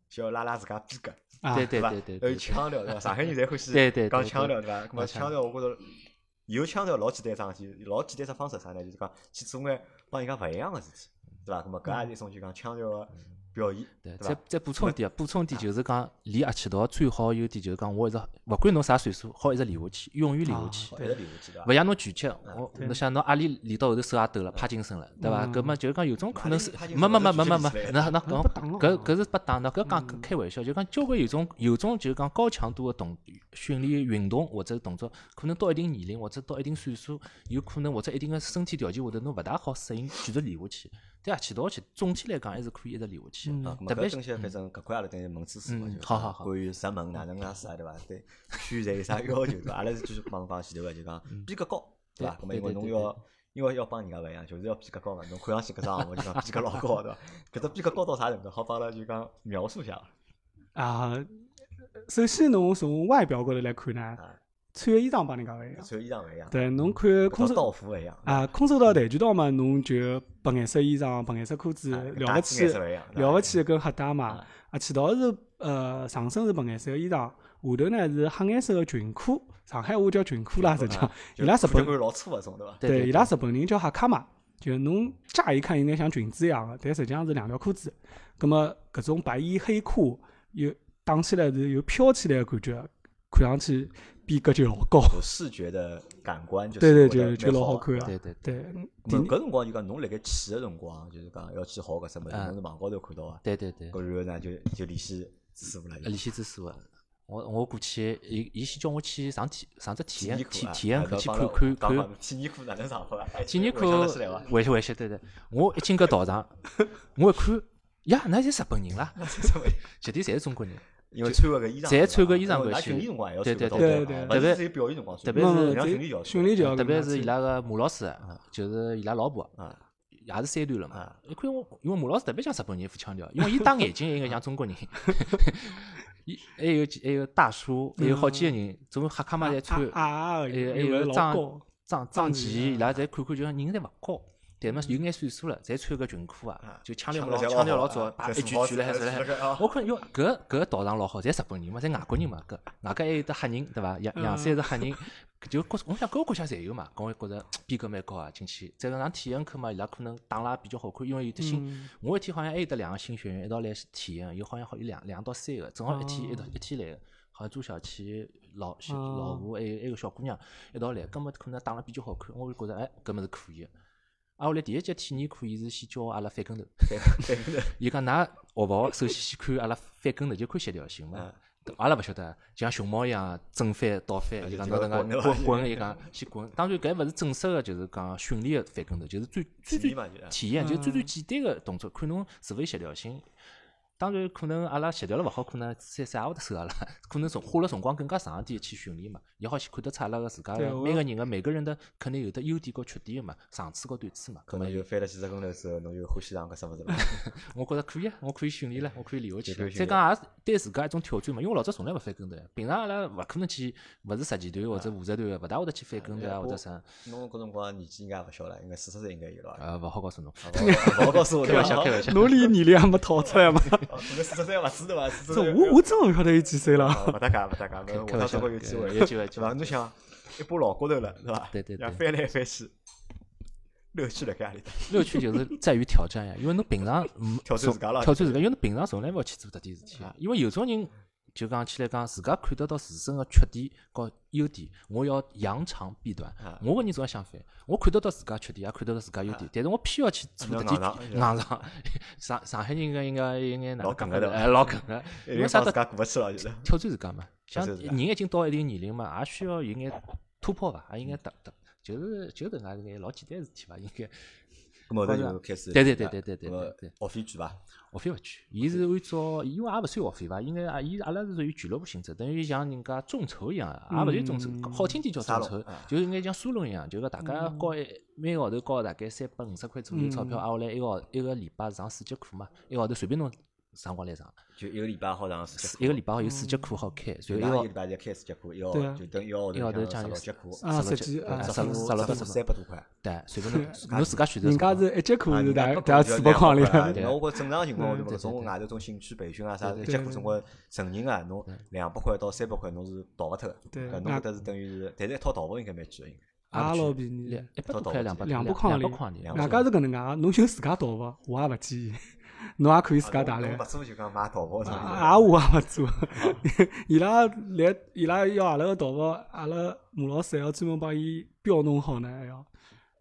就要拉拉自家逼格，啊，对对伐对对？要对有腔调对 伐？上海人侪欢喜对对对讲对腔调对伐？咾么讲腔腔调我觉着有腔调老简单一桩事体，老简单一只方式啥呢？就是讲去做眼帮人家勿一样个事体，对伐？那么搿也是一种就讲腔调个表现，嗯对，伐再？再补充一点，补充一点就是讲，练合气道最好的优点就是讲，我一直勿管侬啥岁数，好一直练下去，永远练下去。啊一直练下去，对伐勿？像侬拳击，我啊对侬想侬阿里练到后头手也抖了，帕金森了，对伐？嗯搿么就是讲有种可能是哪里帕，金没森没哪没里没没没举起，来那那那讲不打了嗯搿搿是不打的，搿讲开玩笑，就讲交关有种有种就是讲高强度的动训练运动或者动作，可能到一定年龄或者到一定岁数，有可能或者一定的身体条件会得侬勿大好适应继续练下去。对啊，起到去总体来讲还是可以一直练下去的。啊，咁嗯特啊别搿是东西反正搿块阿拉等于问知识嘛，嗯就是好好好关于入门哪能啊啥对伐？对选材有啥要求对伐？阿拉是继续帮侬讲前头个，就讲逼格高对伐？对咁么对因为对侬对要因为要帮人家勿一样，就是要逼格高嘛。侬看上去搿只项目就讲逼格老高对伐？ 搿只逼格高到啥程度？好帮阿拉就讲描述一下伐。啊，首先侬从外表高头来看呢啊，穿个衣裳帮人家勿一样。穿衣裳勿一样，对，侬看空搿手道服勿一样，哎啊，空手道、跆拳道嘛，侬就白颜色衣裳、白颜色裤子啊，了搿搭勿起子颜色勿一样，哎对伐了勿起一根黑带嘛啊。啊，前头是呃上身是白颜色个衣裳，下头呢是黑颜色个裙裤，上海话叫裙裤啦，实际上伊拉日是本看老粗搿种对伐？对对伊拉日本人叫哈卡嘛，就是侬乍一看应该像裙子一样的，但实际上是两条裤子。葛么搿种白衣黑裤又打起来是有飘起来的感觉，看上去逼格就老高。有视觉的感官就是对对觉得对就蛮老好好的对看伐啊对对对对，咁搿辰光就讲侬辣盖去个辰光，就是讲要去学搿只物事，啊侬是网高头看到啊，对对对。搿然后呢就就联系知识部了，呃联系知识个。我我过去，伊伊先叫我去上体上只体验体体体验课去啊看看讲看讲体验课哪能上法啊？体 验课回想得起来伐，回去回去对对。我一进搿道场，我一看，呀，那是日本人啦，绝对侪是中国人。因为穿过搿衣裳，侪穿过衣裳关关系。训系练辰光也要对穿过对道具对对啊对勿对是只有表演辰光穿特别过道具，是让这训练就要训过练就要特别跟是伊他拉个马老师，啊就是伊拉老婆，啊。也是三段了嘛啊。一看我，因为马老师特别像日本人副腔调，因为伊戴眼镜也应该像中国人。 伊还有几还有大叔，还有好几个人，总共黑卡嘛侪穿。嗯啊啊，还有还以为有老张高。张张张琪琪，伊拉侪看看就像人侪勿高，但嘛有眼岁数了，侪穿个裙裤啊啊，就腔调腔老调侪腔调老老好早，啊把一侪句富豪句来子还是还来是啊 还。我看哟，搿搿道场老好，侪日本人嘛，侪外国人嘛，搿外加还有得黑人对伐？杨杨三是黑人。就各我想各个国家侪有嘛，跟我觉着逼格蛮高啊，进去再加上体验课嘛，伊拉可能打了也比较好看，因为有的新，嗯我一天好像还有得两个新学员一道来体验，有好像好有两两到三个，正好一天一道一天来个，好像朱小琪、老小老哦吴还有还有个小姑娘一道来，葛么可能打了比较好看，我就觉着哎，搿么是可以个。啊，我来第一节体验课，伊是先教阿拉翻跟头，对对对伊讲㑚学勿学，首先先看阿拉翻跟头，就看协调性嘛。阿拉勿晓得，就像熊猫一样正翻倒翻，就讲就侬是能滚的嘛介滚滚，伊讲先滚。当然，搿勿是正式个，就是讲训练个翻跟头，就是最最体最验嘛就是体验，就是最最嗯简单个动作，看侬是否有协调性。当然，可能阿拉协调了勿好，可能三三也会得手阿拉， 可能从花了辰光更加长一点去训练嘛，也好去看得出阿拉个自家对个我每个人个每个人的肯定有得优点和缺点个嘛，长处和短处嘛。可么能就翻了几只跟头之后，侬就欢喜上搿只物事了。 我觉着可以，啊，我可以训练了，我可以练下去可了。以再训练讲也是对自家一种挑战嘛，因为我老早从来勿翻跟头，平常阿拉勿可能去，勿是实践团或者武术团，勿大会得去翻跟头啊或者啥，侬搿辰光年纪应该也勿小了，应该四十岁应该有了伐。呃，勿好告诉侬。勿好告 诉我开对伐玩？笑，开玩笑。侬连年龄还没讨出来 嘛？哦可能四十岁勿是对伐？四十这岁我我真勿晓得伊几岁了。哦勿搭界勿搭界，开我玩到时笑候有机会，有机会对伐？侬想一把老骨头了，对伐？对对对要翻来翻去，乐趣辣盖何里搭？乐趣就是在于挑战呀，因为侬平常嗯 挑战自家了挑战自家，因为侬平常从来勿去做迭点事体嗯啊。因为有种人就讲起来讲，自家看得到自身个缺点和优点，我要扬长避短啊。我个人总要相反，我看得到自家缺点，也看得到自家优点，但是我偏要去做啊迭侬点嗯硬嗯硬上。 上上海人应该应该应该哪老能讲梗个法对伐哎，老梗 个，因因为为啥帮得自家过勿去了，就是。挑战自家嘛。像挑战自家人已经到一定年龄嘛，也需要有眼突破伐，也应嗯该突突，就是就搿能介眼老简单的事体伐，应该。咁后头好就的开始对对对对对对咁么对对学费贵伐？学费勿贵，伊是按照，因为也勿算学费伐，应该啊，伊阿拉是属于俱乐部性质，等于像人家众筹一样啊，也勿算众筹，好听点叫众筹 Salon，啊，就是应该像沙龙一样，就是大家交一每个号头交大概三百五十块左右钞票，挨啊下来一个号一个礼拜上四节课嘛，一个号头随便侬啥辰光来上，就一个礼拜好上四节一个礼拜好有四节课好开，就随一后一个个礼拜才开始节课，一个对啊就等于一个号一个号头头将上近十节课，啊十十几几呃啊十十六五十六十到五十三百多块。对，随 便侬自家侬自家选择人辰家光。是一节课啊，是人家大搿大概种四就百是块里嗯两百头块。那我觉正常情况下头，对对从对外头种兴趣培训啊啥，对一对节课总归成人啊，侬两百块到三百块侬是逃勿脱的。呃对搿侬搿那搭是等于是，但是一套道服应该蛮贵的，应该也也勿老贵便宜两一百多少多块，钿两百两百块块两百钿块钿。两外百加是搿能介啊，侬寻自家淘伐，我也勿建议， 侬也可以自家带来啊勿。做就讲买淘宝上面。啊，我也勿做，伊拉来，伊拉要阿拉个淘宝，阿拉马老师还要专门帮伊标弄好呢，还要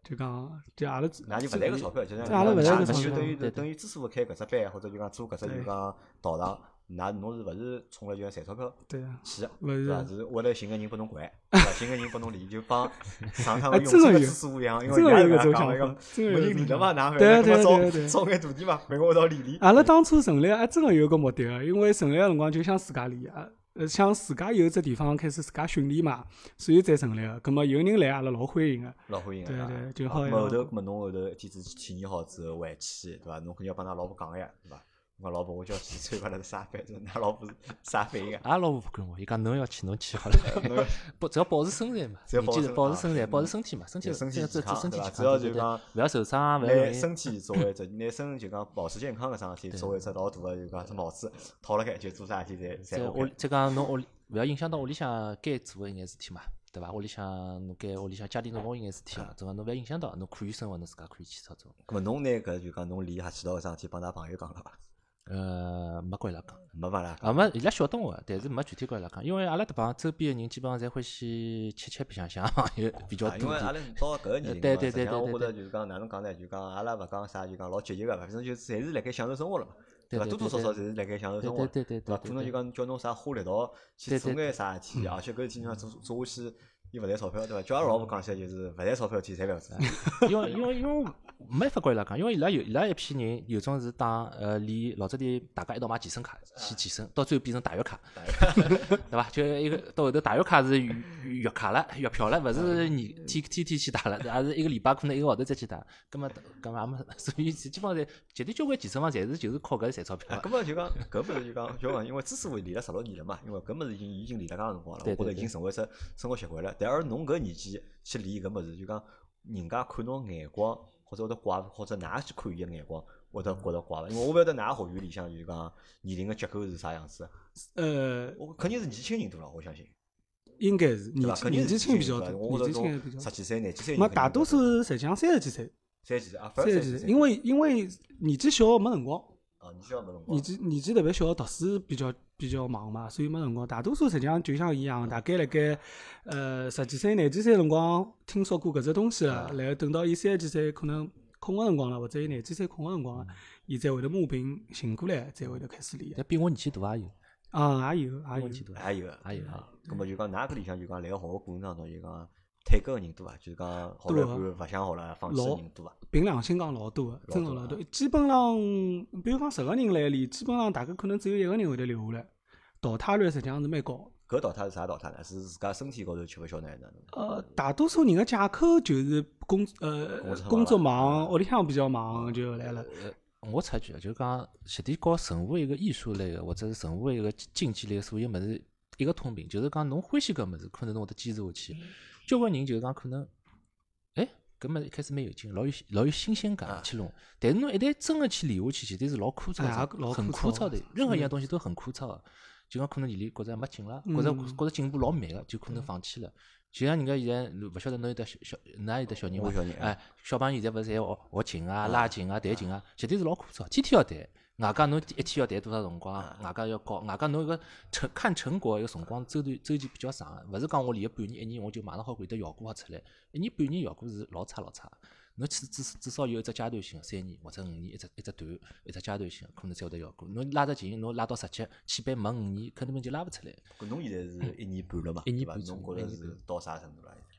就讲，就阿拉自那就勿来个钞票，就对阿拉勿来搿钞就票等于对对等于支付开搿只班，或者就讲做搿只就讲道场，那侬是勿是冲了就讲赚钞票对啊，去的？勿对是伐？啊，是为了寻个人拨侬 管，对伐？寻个人拨侬理，就帮上趟哎个用真的这个有支付一样，因为真个有人搿家种讲想了一个法，真我个有已搿理了嘛，种想法。哪会对来啊对搿啊么对啊对招啊招眼徒弟嘛，陪我一道理理。阿拉当初成立还真个有搿目的个，因为成立个辰光就想自家练啊，呃，想自家有只地方开始自家训练嘛，所以才成立个。葛末有人来，阿拉老欢迎个。老欢迎个对呀对就啊好咾呀么后头，咾么侬后头一天子体验好之后回去，对伐？侬肯定要帮㑚老婆讲个呀，对伐？我老婆我叫去参加那个啥班，就是㑚老婆是啥反应 个？阿拉老婆不管我，伊讲侬要去侬去 好 了，保只要保持身材嘛，只要年纪是保保持持身身材材，啊保持身体嘛，身体身体这健这康身体对吧健康，主要哎对就对讲不要受伤啊，不要拿容易身体作为一只，拿身就讲保持健康搿桩啊事体作为一只老大个就讲只帽子套辣盖，就做啥事体侪再侪屋 OK 里。再讲侬屋里勿要影响到屋里向该做个一眼事体嘛，对伐？屋里向侬该屋里向家庭弄好一眼事体嘛，对伐？侬勿要影响到，侬可以生活，侬自家可以去操作。咾么侬拿搿就讲侬练下去到搿桩事体帮㑚朋友讲了伐？呃，没跟伊拉讲，没帮啦。啊没，伊拉晓得我个，但是没具体跟伊拉讲，因为阿拉迭帮周边个人基本上侪欢喜吃吃白相相， 朋友比较啊，多因为阿点。拉到搿个年龄嘛，对对对实际上对我觉对着对就是讲哪能讲呢？就讲阿拉勿讲啥，就讲老积极个，反正就侪是辣盖享受生活了嘛，对伐？对多多对少对少侪是辣盖享受对生活，对对对伐？对可能就对讲叫侬啥花力道去对嗯做对眼啥事体，而且搿事体侬要做做下去，伊勿赚钞票对伐？叫阿拉老婆讲起来就是勿赚钞票的事体侪勿要做。因为因为因为没法跟伊拉讲，因为伊拉有伊拉一批人，有种是打呃练老早点大家一道买健身卡去健身，到最后变成啊大浴卡， 对伐？就一个到后头大浴卡是月月卡了，月票了，勿是你天天天去打了，也是一个礼拜可能一个号头再去打。葛么葛么也没，所以基本上侪绝对交关健身房侪是就是靠搿赚钞票啊，的。根本就讲，搿物事就讲，就讲，因为之所以练了十六年了嘛，因为搿物事已经已经练了介辰光了，对我觉对着已经对成为一只生活习惯了。但而侬搿年纪去练搿物事，就讲人家看侬眼光，或者会得怪，或者㑚去看伊个眼光，会得觉着怪伐？因为我勿晓得㑚学院里向就是讲年龄个结构是啥样子，呃，我肯定是年轻人多了，我相信，应该是对年伐？纪肯定年是纪轻比人较多了多，我觉着年纪轻比从较十多。几岁、廿几岁，没，大多数实际上三十几岁，三十几岁啊，三三十几几岁，岁，因为因为年纪小没辰光，啊，你晓得没辰光年，纪年纪特别小，读书比较比较忙嘛，所以没辰光。大多数实际上就像伊一样，大概辣盖呃十几岁、廿几岁辰光听说过搿只东西啊了，然后等到伊三十几岁可能空个辰光了，或者伊廿几岁空个辰嗯光了，伊才会得摸病醒过来，才会得开始练。但比我年纪大也有，啊，也有比也我有年，纪大还有个也有，也有。咁么就讲，㑚搿里向就讲，辣盖学个过程当中，就讲退休个人多伐？啊就是讲学了一多半勿想学了，放弃个人多啊伐？凭良心讲老多个，真个老老多多。基本上，比如讲十个人来练，基本上大概可能只有一个人会得留下来，淘汰率实际上是蛮高的。搿淘汰是啥淘汰呢？是自家身体高头吃勿消呢？还是哪能呢呃，大多数人个借口就是工呃工作忙工作了忙，屋里向比较忙就来了。我插一句啊，就是讲，实体和任何一个艺术类个，或者是任何一个竞技类的所有物事，一个通病，就是讲侬欢喜搿物事，可能侬会得坚持下嗯去。交关人就是讲可能，哎，搿物事一开始蛮有劲，老有老有新鲜感去弄，但是侬一旦真个去练下去，其实是老枯燥啊哎呀的，老很枯枯燥燥的，任何一嗯样东西都很枯燥的。就讲可能年龄觉着没劲了，觉着嗯觉着进步老慢了，就可能放弃了。就像人家现在勿晓得侬有得小小，哪有得小人我有伐小人？哎，小朋友现在勿是侪学学琴啊、拉琴啊、弹琴啊，绝对是老枯燥，天天要弹。外加侬一天要弹多少辰光？外加要教，外加侬一个成看成果一个辰光周段周期比较长啊的，勿是讲我练个半年一年我就马上好会得效果好出来，一年半年效果是老差老差的。侬至至至少有一只阶段性的三年或者五年一只一只段一只阶段性的可能才会得效果。侬拉只琴，侬拉到十级，起班没五年，肯定就拉勿出来。搿侬现在是一年半了嘛？对一年伐？半侬左觉右着一年是到啥程度了？我学我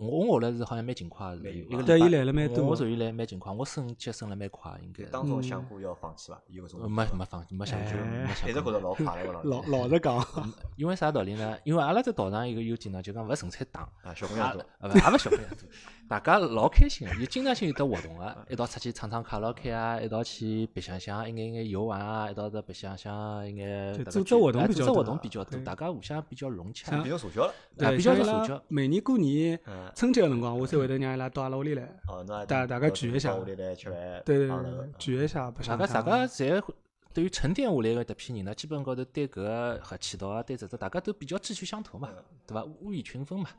我学了是好像蛮勤快的，蛮一勤快个礼对拜伊来了蛮多我的属于来蛮勤快，我升级升了蛮快，应该是当中想过要放弃伐？有搿种呃没没放没想过，哎没想一直过觉着老快了， 老老实讲，因为啥道理呢？因为阿拉这道上有个优点呢，就讲勿纯粹打， 啊，小姑啊娘多。啊勿也勿小朋友多，大家老开心个，有经常性有得活 动个，一道出去唱唱卡拉 OK 啊，一道去白相相，一眼眼游玩啊，一道到白相相，一眼就大家组织聚活动哎比组较织活多动啊比较多，对大家互相比较融洽，变成社交了，啊对，比较像伊少拉社交每年过年嗯春节个辰光，我才会得让伊拉到阿拉屋里来。哦，侬也大大概聚一下到屋里来吃饭，对对帮对了啊对，聚一下，白大相家相大家侪会对于沉淀下来个迭批人呢，基本高头对搿个合气道啊，对这这，大家都比较志趣相投嘛，对伐？物以群分嘛。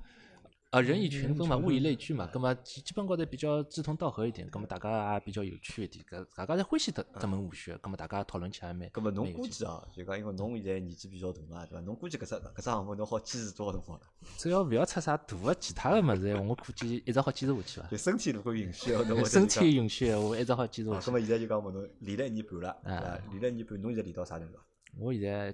啊，人以群人以分嘛，群物以分类聚嘛，葛末基基本高头比较志同道合一点，葛末大家也比较有趣一点，搿大家侪欢喜得这门武学，葛末大家讨论起来蛮。咁么侬蛮有估劲计啊，就讲因为侬现在年纪比较大嘛，对伐？侬估计搿只搿只项目侬好坚持多少辰光了？只要勿要出啥大个其他个物事，我估计一直好坚持下去伐就。身体如果允 许，侬会身体允许，我一直好坚持啊，咁下去。么现在就讲问侬练了一年半了，对伐啊？练了一年半，侬现在练到啥程度？我现在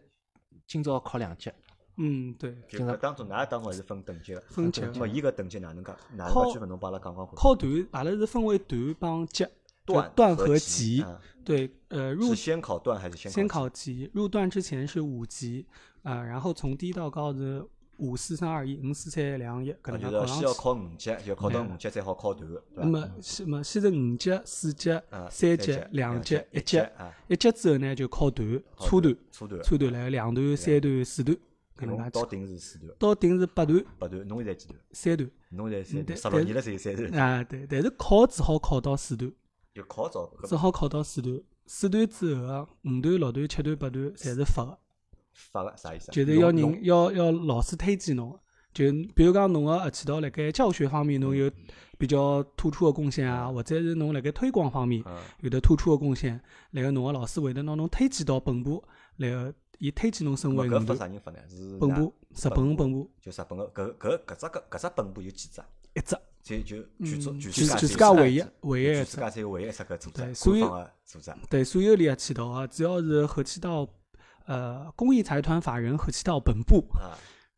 今朝考两级，嗯，对，就搿当中，㑚当中还是分等级个。分级咁么伊搿等级哪能介？哪能靠介区分？侬帮阿拉讲讲看。靠段，阿拉是分为段帮级，就段段和和级级啊。对，呃，入是先考段还是先先考啊考级，入段之前是五级，呃，然后从低到高是五四三二一，五四三两一，搿级？能就介是要先要考上去考五级，就考到五级才好考段，对那伐？么，那么先是五级、四级啊、三三级级、两两级级、一一级级啊。一级之后呢，就考段、考初段段、初段初段来两段、三段、四段，搿能侬介到去。顶是四段，到顶是八段、八段，侬现在几段？三段侬现在三段，但十六但年了，只有三段，啊，对，但是考只好考到四段，就考早。只好考到四段。四段之后啊，五段、六段、七段、八段侪是发个，发个啥意思啊？就是侬要侬人要要老师推荐侬个。就比如讲，侬个合气道辣盖教学方面侬嗯有比较突出个贡献啊，或者是侬辣盖推广方面，嗯有的突出的贡献，然后侬个老师会得拿侬推荐到本部，然后伊推荐侬升咾为搿发五啊段啥人发呢？是本哪部，日本本部就日本个搿搿搿只个搿只本部有几只啊？一只，就就全中全就世是界嗯全只世有界一唯只一唯一全一世只界，只有唯一一只搿组织，对所官以方个组织。对所有练合气道啊，只要是合气道呃公益财团法人合气道本部，啊，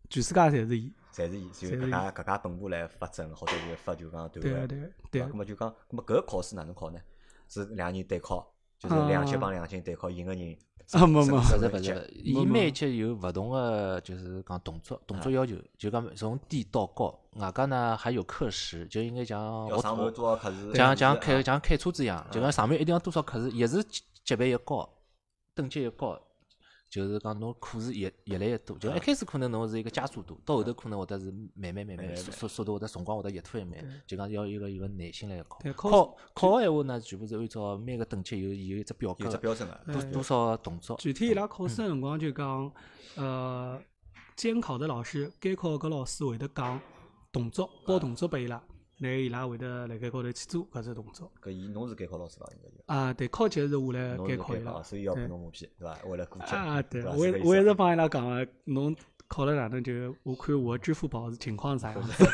全世界侪是伊，侪是以就侪是搿以家搿家本部来发证，或者是发就讲对对外个对个啊对对伐？个咁，么就讲，咁么搿考试哪能考呢？是两人对考，就是两级啊帮两级对考，赢个人啊没没升勿是升勿一是级勿是，伊没每一没级有勿同个，就是讲动作动作要求，就讲从低到高。外加呢还有课时，就应该讲要我上完哦我多少课时？像是啊嗯像开像开车子一样，就讲上面一定要多少课时，越是级级别越高，等级越高，就是讲侬课时越越来越多。啊就一开始可能侬是一个加速度，到后头可能会得是慢慢慢慢慢慢速速速度会得辰光会得越拖越慢，就讲要有一个有个耐心来考对。考考考个闲话呢，全部是按照每个等级有有一只表格有只的，标准嗯个，多多少个动作。具体伊拉考试嗯个辰光就讲，呃，监考的老师，监考搿老师会得讲动作，啊报动作拨伊拉，然后伊拉会得辣盖高头去做搿只动作。搿伊侬是监考老师伐？应该就啊，对，考级是下来侬该是考伊监考拉啊，。所以要拨对侬马屁，对伐？为了过级啊，对，伐我是也搿意我思也啊是帮伊拉讲个，侬考了哪能就，我看我支付宝情况是啥样子。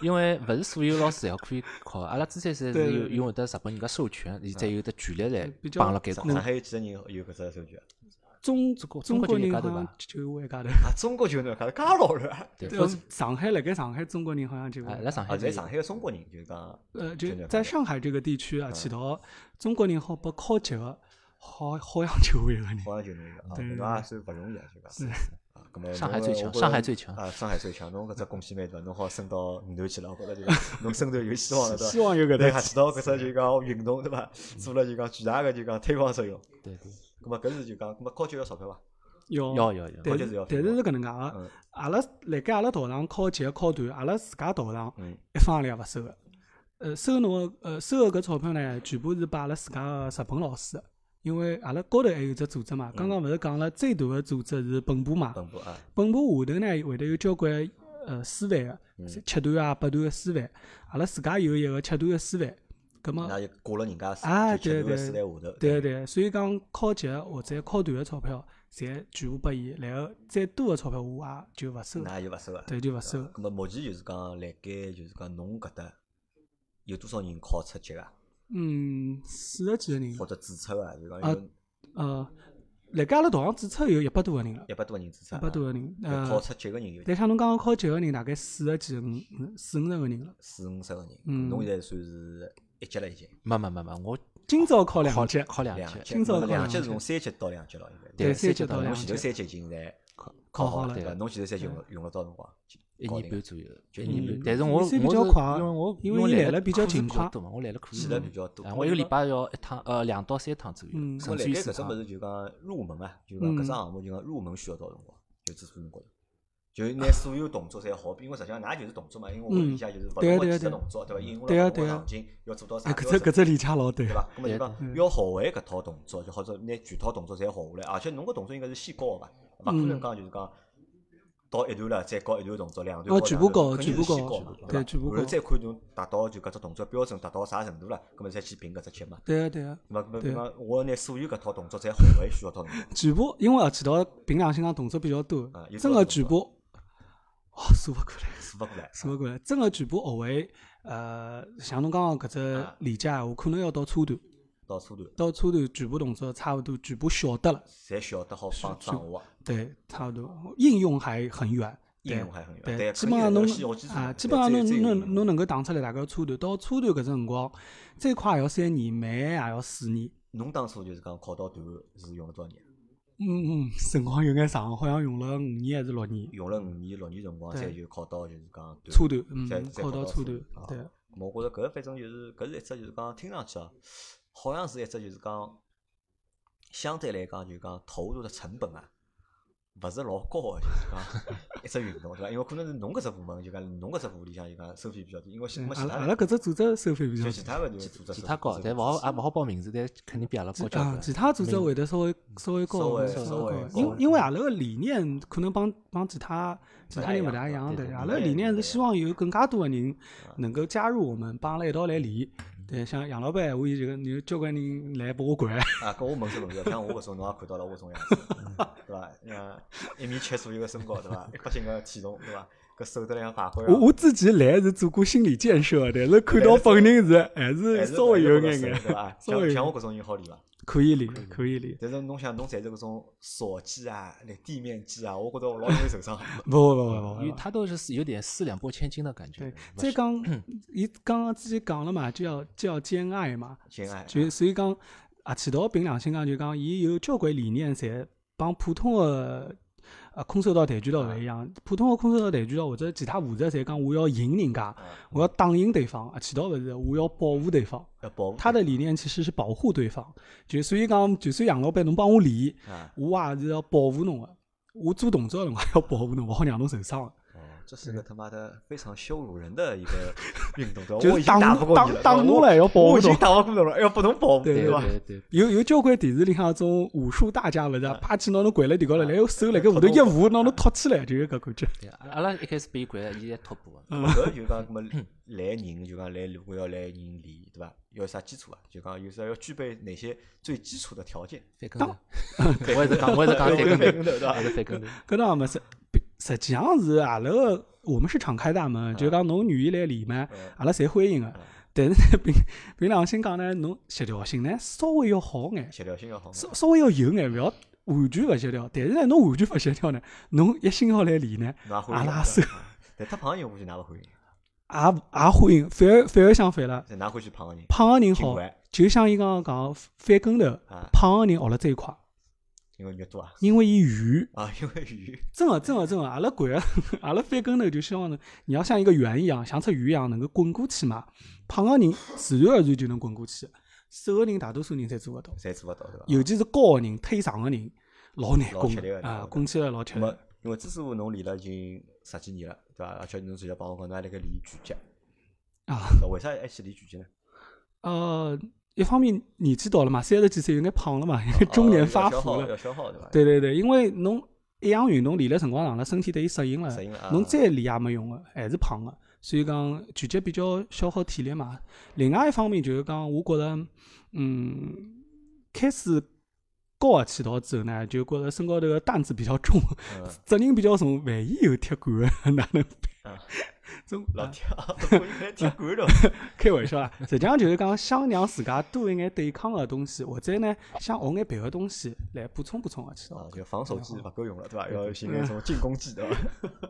因为勿是所有老师侪可以考，阿拉之前是对对有对因为得日本人家授权，伊才有得权利来比较帮阿拉监考。啊上海有几个人有搿只手续啊？ 中中国中中国就人一家好头像吧就我一家头。啊，中国就能介介老了。对对，上海辣盖上海，中国人好像就我哎，一来家上啊，海在就上海个中国人就是讲，呃，就就两在家上海这个地区啊，起到中国人好拨考级个，好好像就我一个人。好像就侬一个啊，对对侬也算勿容易啊，就讲是啊，咁么上海侬最我强觉上着海最强啊，上海最强，侬搿只贡献蛮大，侬好升到湖南去了，我觉着就讲侬升头有希望了，对伐？希望有搿对，搭还知道搿只就讲运动对伐？做了就讲巨大个就讲推广作用。对对，咁么搿是就讲，咁么考级要钞票伐？要要要对要。但就是是要但分是嘛是搿能介个，嗯阿拉辣盖阿拉道场考级考段，阿拉自家道场嗯一分也钿勿收个。呃，收侬个呃收个搿钞票呢，全部是拨阿拉自家个日本老师的，因为阿拉高头还有只组织嗯嘛。刚刚勿是讲了，最大个组织是本部嘛，本部啊，本部下头呢会得有交关呃师范个，嗯七段啊八段个师范，阿拉自家有一个七段个师范，葛末那就挂了人家是啊就吃对头个对四代下头。对对，所以讲考级或者考段个钞票，侪全部拨伊，然后再多个钞票我也就勿收，那就勿收啊。对就勿收。咁么目前就是讲，辣盖就是讲侬搿搭有多少人考出级啊？嗯，四十几个人或，者注册啊？就讲啊有呃，辣盖阿拉道上注册有一百多个人了，一百多个人注册啊，一百多个人，要考呃，出级个人有但像侬刚刚考级个人，大概四十几个人，嗯四五十个人了。四五十个人，嗯侬现在算是一级了已经，没没没没，我今朝考考两级，考两两级，级，今朝那么考两两级是级从三级到两级了，应该。对三三级级到到两侬两级前级头，三级已经在考好考好了，了嗯对伐？对侬前头三级用了用了多少辰光？一搞定年半左右，就一一年年半半。但是我我比是较快因为我因为为我你来来了比较勤快快多嘛，我来了课去是了比较多哎我一个礼拜要一趟呃两到三趟左右，嗯那么甚辣至于盖四搿只趟物。事就讲入门啊，就讲搿只嗯项目就讲入门需要多少辰光？就至少侬觉着，就拿所有动作侪好，因为实际上㑚就是动作嘛，因为我们嗯底下就是勿对啊同的对啊几个对啊动作，对伐？引用对啊了勿同对的啊场景，要做到啥哎，标搿只准搿，只理解老对对，伐？咁么就讲对要学会搿套动作，就好像拿全套动作侪学下来，而且侬搿动作应该是先教个伐？勿可能嗯讲就是讲到一段了，再搞一段动作，两段哦搞全两部段搞肯全定是先嘛对吧然后部搞对全部搞再看侬达到就搿只动作标准达到啥程度了，葛末再去评搿只级嘛。对个啊对个，那么，那对么我拿所有搿套动作侪混为徐晓涛动作，全部因为合记到凭良心讲动作比较多啊有，真多少个动全部哦数勿过来。 数勿过来。数勿过来，真个全部学会，呃，像侬刚刚搿只嗯理解闲话，可能要到初段，到车段，到初段全部动作差勿多，全部晓得了，侪晓得好帮是掌握，对，差不多，应用还很远，对应用还很远。对，基基本上侬啊，啊，基本上再侬再侬侬能够打出来大概初段，到初段搿只辰光，最快也要三年，慢也要四年。侬当初就是讲考到段是用了多少年？嗯嗯，辰光有眼长，好像用了五年还是六年，用了五年、六年辰光，对才就考到就是讲段初段，再嗯，再考到初段啊，对，我觉着搿反正就是搿是一只就是讲听上去啊，好像是一只就是讲相对来讲就是讲投入的成本啊，勿是老高个，就是讲一只运动对伐？因为可能是侬搿只部门就讲侬搿只部里向就讲收费比较低，因为没阿其拉他阿人拉搿只组织收费比较就低其他个就是组织其收他费高，收但费勿好低也勿好报名字，但肯定比阿拉高交啊关，。其他组织会得稍微稍微高稍一微点，稍稍微高微一点高因一因点为阿拉个理念可能帮帮其他其不他太人一勿样大一对样对的。哎对阿理拉念理不念太是一希样望有更加多个人啊能够加入我们，帮阿拉一道来练。对，像杨老板，我有这个有交关人来拨我管。啊，跟我问这问题，像我搿种侬也看到了我种样子，嗯对伐？像一米七左右个身高，对伐？一百斤个体重，对伐？搿手得来像法官一我样，我自己来是做过心理建设的，但是看到本人是还是还是稍微有眼还眼是，对伐？稍微像有像我搿种人好理伐？可以练，可以练。但是侬想，侬侪是搿种扫技啊、那地面技啊，我觉着我老容易受伤。不不不不因为不，他都是有点四两拨千斤的感觉对。，再个讲，伊刚刚自己讲了嘛，就要就要兼爱嘛。亲爱，就所以讲，啊，其道凭良心讲，就讲伊有交关理念，侪帮普通的呃空手道、跆拳道勿啊一样。普通的空手道、跆拳道或者其他武术，侪讲我要赢人啊家，我要打赢对方。啊，其道勿是，我要保护对方。要保护他的理念其实是保护对方，就所以讲，就算杨老板侬帮我理，啊。我也是要保护侬的。我做动作的辰光要保护侬，勿好让侬受伤的。哦，这是个他妈的非常羞辱人的一个运动，对吧？就是我已经打打不过你了，打打对吧侬我了要保护我已经侬打不过侬了，要哎不侬保护，对对对吧？对对，有有交关电视里向种武术大家勿是啊，啪叽拿侬掼了地高啊头，然后手辣盖下头一扶，拿侬托起来，就是搿感觉。对阿阿拉一开始被伊掼了，伊还啊托步。 搿就讲，搿么来人就讲来，如果要来人练，对伐？要有啥基础啊？就讲有时候要具备哪些最基础的条件？翻跟头， 我也是讲，我也是讲翻跟跟跟头，头，对伐还？是翻跟头。搿倒也没实，实际上是阿拉个，我们是敞开大门，啊就讲侬愿意来练嘛，呃阿拉侪欢迎个。但是 呢，凭凭良心讲呢，侬协调性呢稍微要好眼，协调性要好嘛。稍稍微要有眼，勿要完全勿协调。但是呢，侬完全勿协调呢，侬一心要来练呢，侬也欢阿迎拉啊手。但太胖的人，我估计㑚勿欢迎，也也欢迎，反而反而相反了。但㑚欢喜胖个人。胖个人情好怀，就像伊刚刚讲翻跟头啊，胖个人学了最快，因为肉多啊，因为啊伊圆。啊，因为鱼 真个真个真个，阿拉掼个 阿拉翻跟头就希望呢，你要像一个圆一样，像只鱼一样能够滚过去嘛。胖个人自然而然就能滚过去，瘦个人大多数人侪做勿到，侪做勿到，对伐？尤其是高个人、腿长个人，老难老滚吃力的的啊老，滚起来老吃那力么。，因为之所以侬练了已经十几年了，对伐？而且侬直接帮我讲，侬还辣盖练拳击，啊那为啥还去练拳击呢？呃，一方面年纪到了嘛，三十几岁有眼胖 了嘛，因为啊 中年要发消福耗了要。消耗，对伐？对对对，因为侬一样运动练了辰光长了，身体对伊适应了适应了，啊侬再练也没用个，还是胖个。所以讲拳击比较消耗体力嘛。另外一方面就是讲，我觉着，嗯，开始高个啊起道之后呢，就觉着身高头个担子比较重， 嗯，责任比较重，万一有踢馆个 哪能办啊？总老啊跳，我应该 踢馆了。开玩笑啦，啊实际上就是讲想让自家多一眼对抗个东西，或者呢想学眼别个东西来补充补充个起道啊，。就防守技勿够用了，对伐？要寻点 什么进攻技，对伐？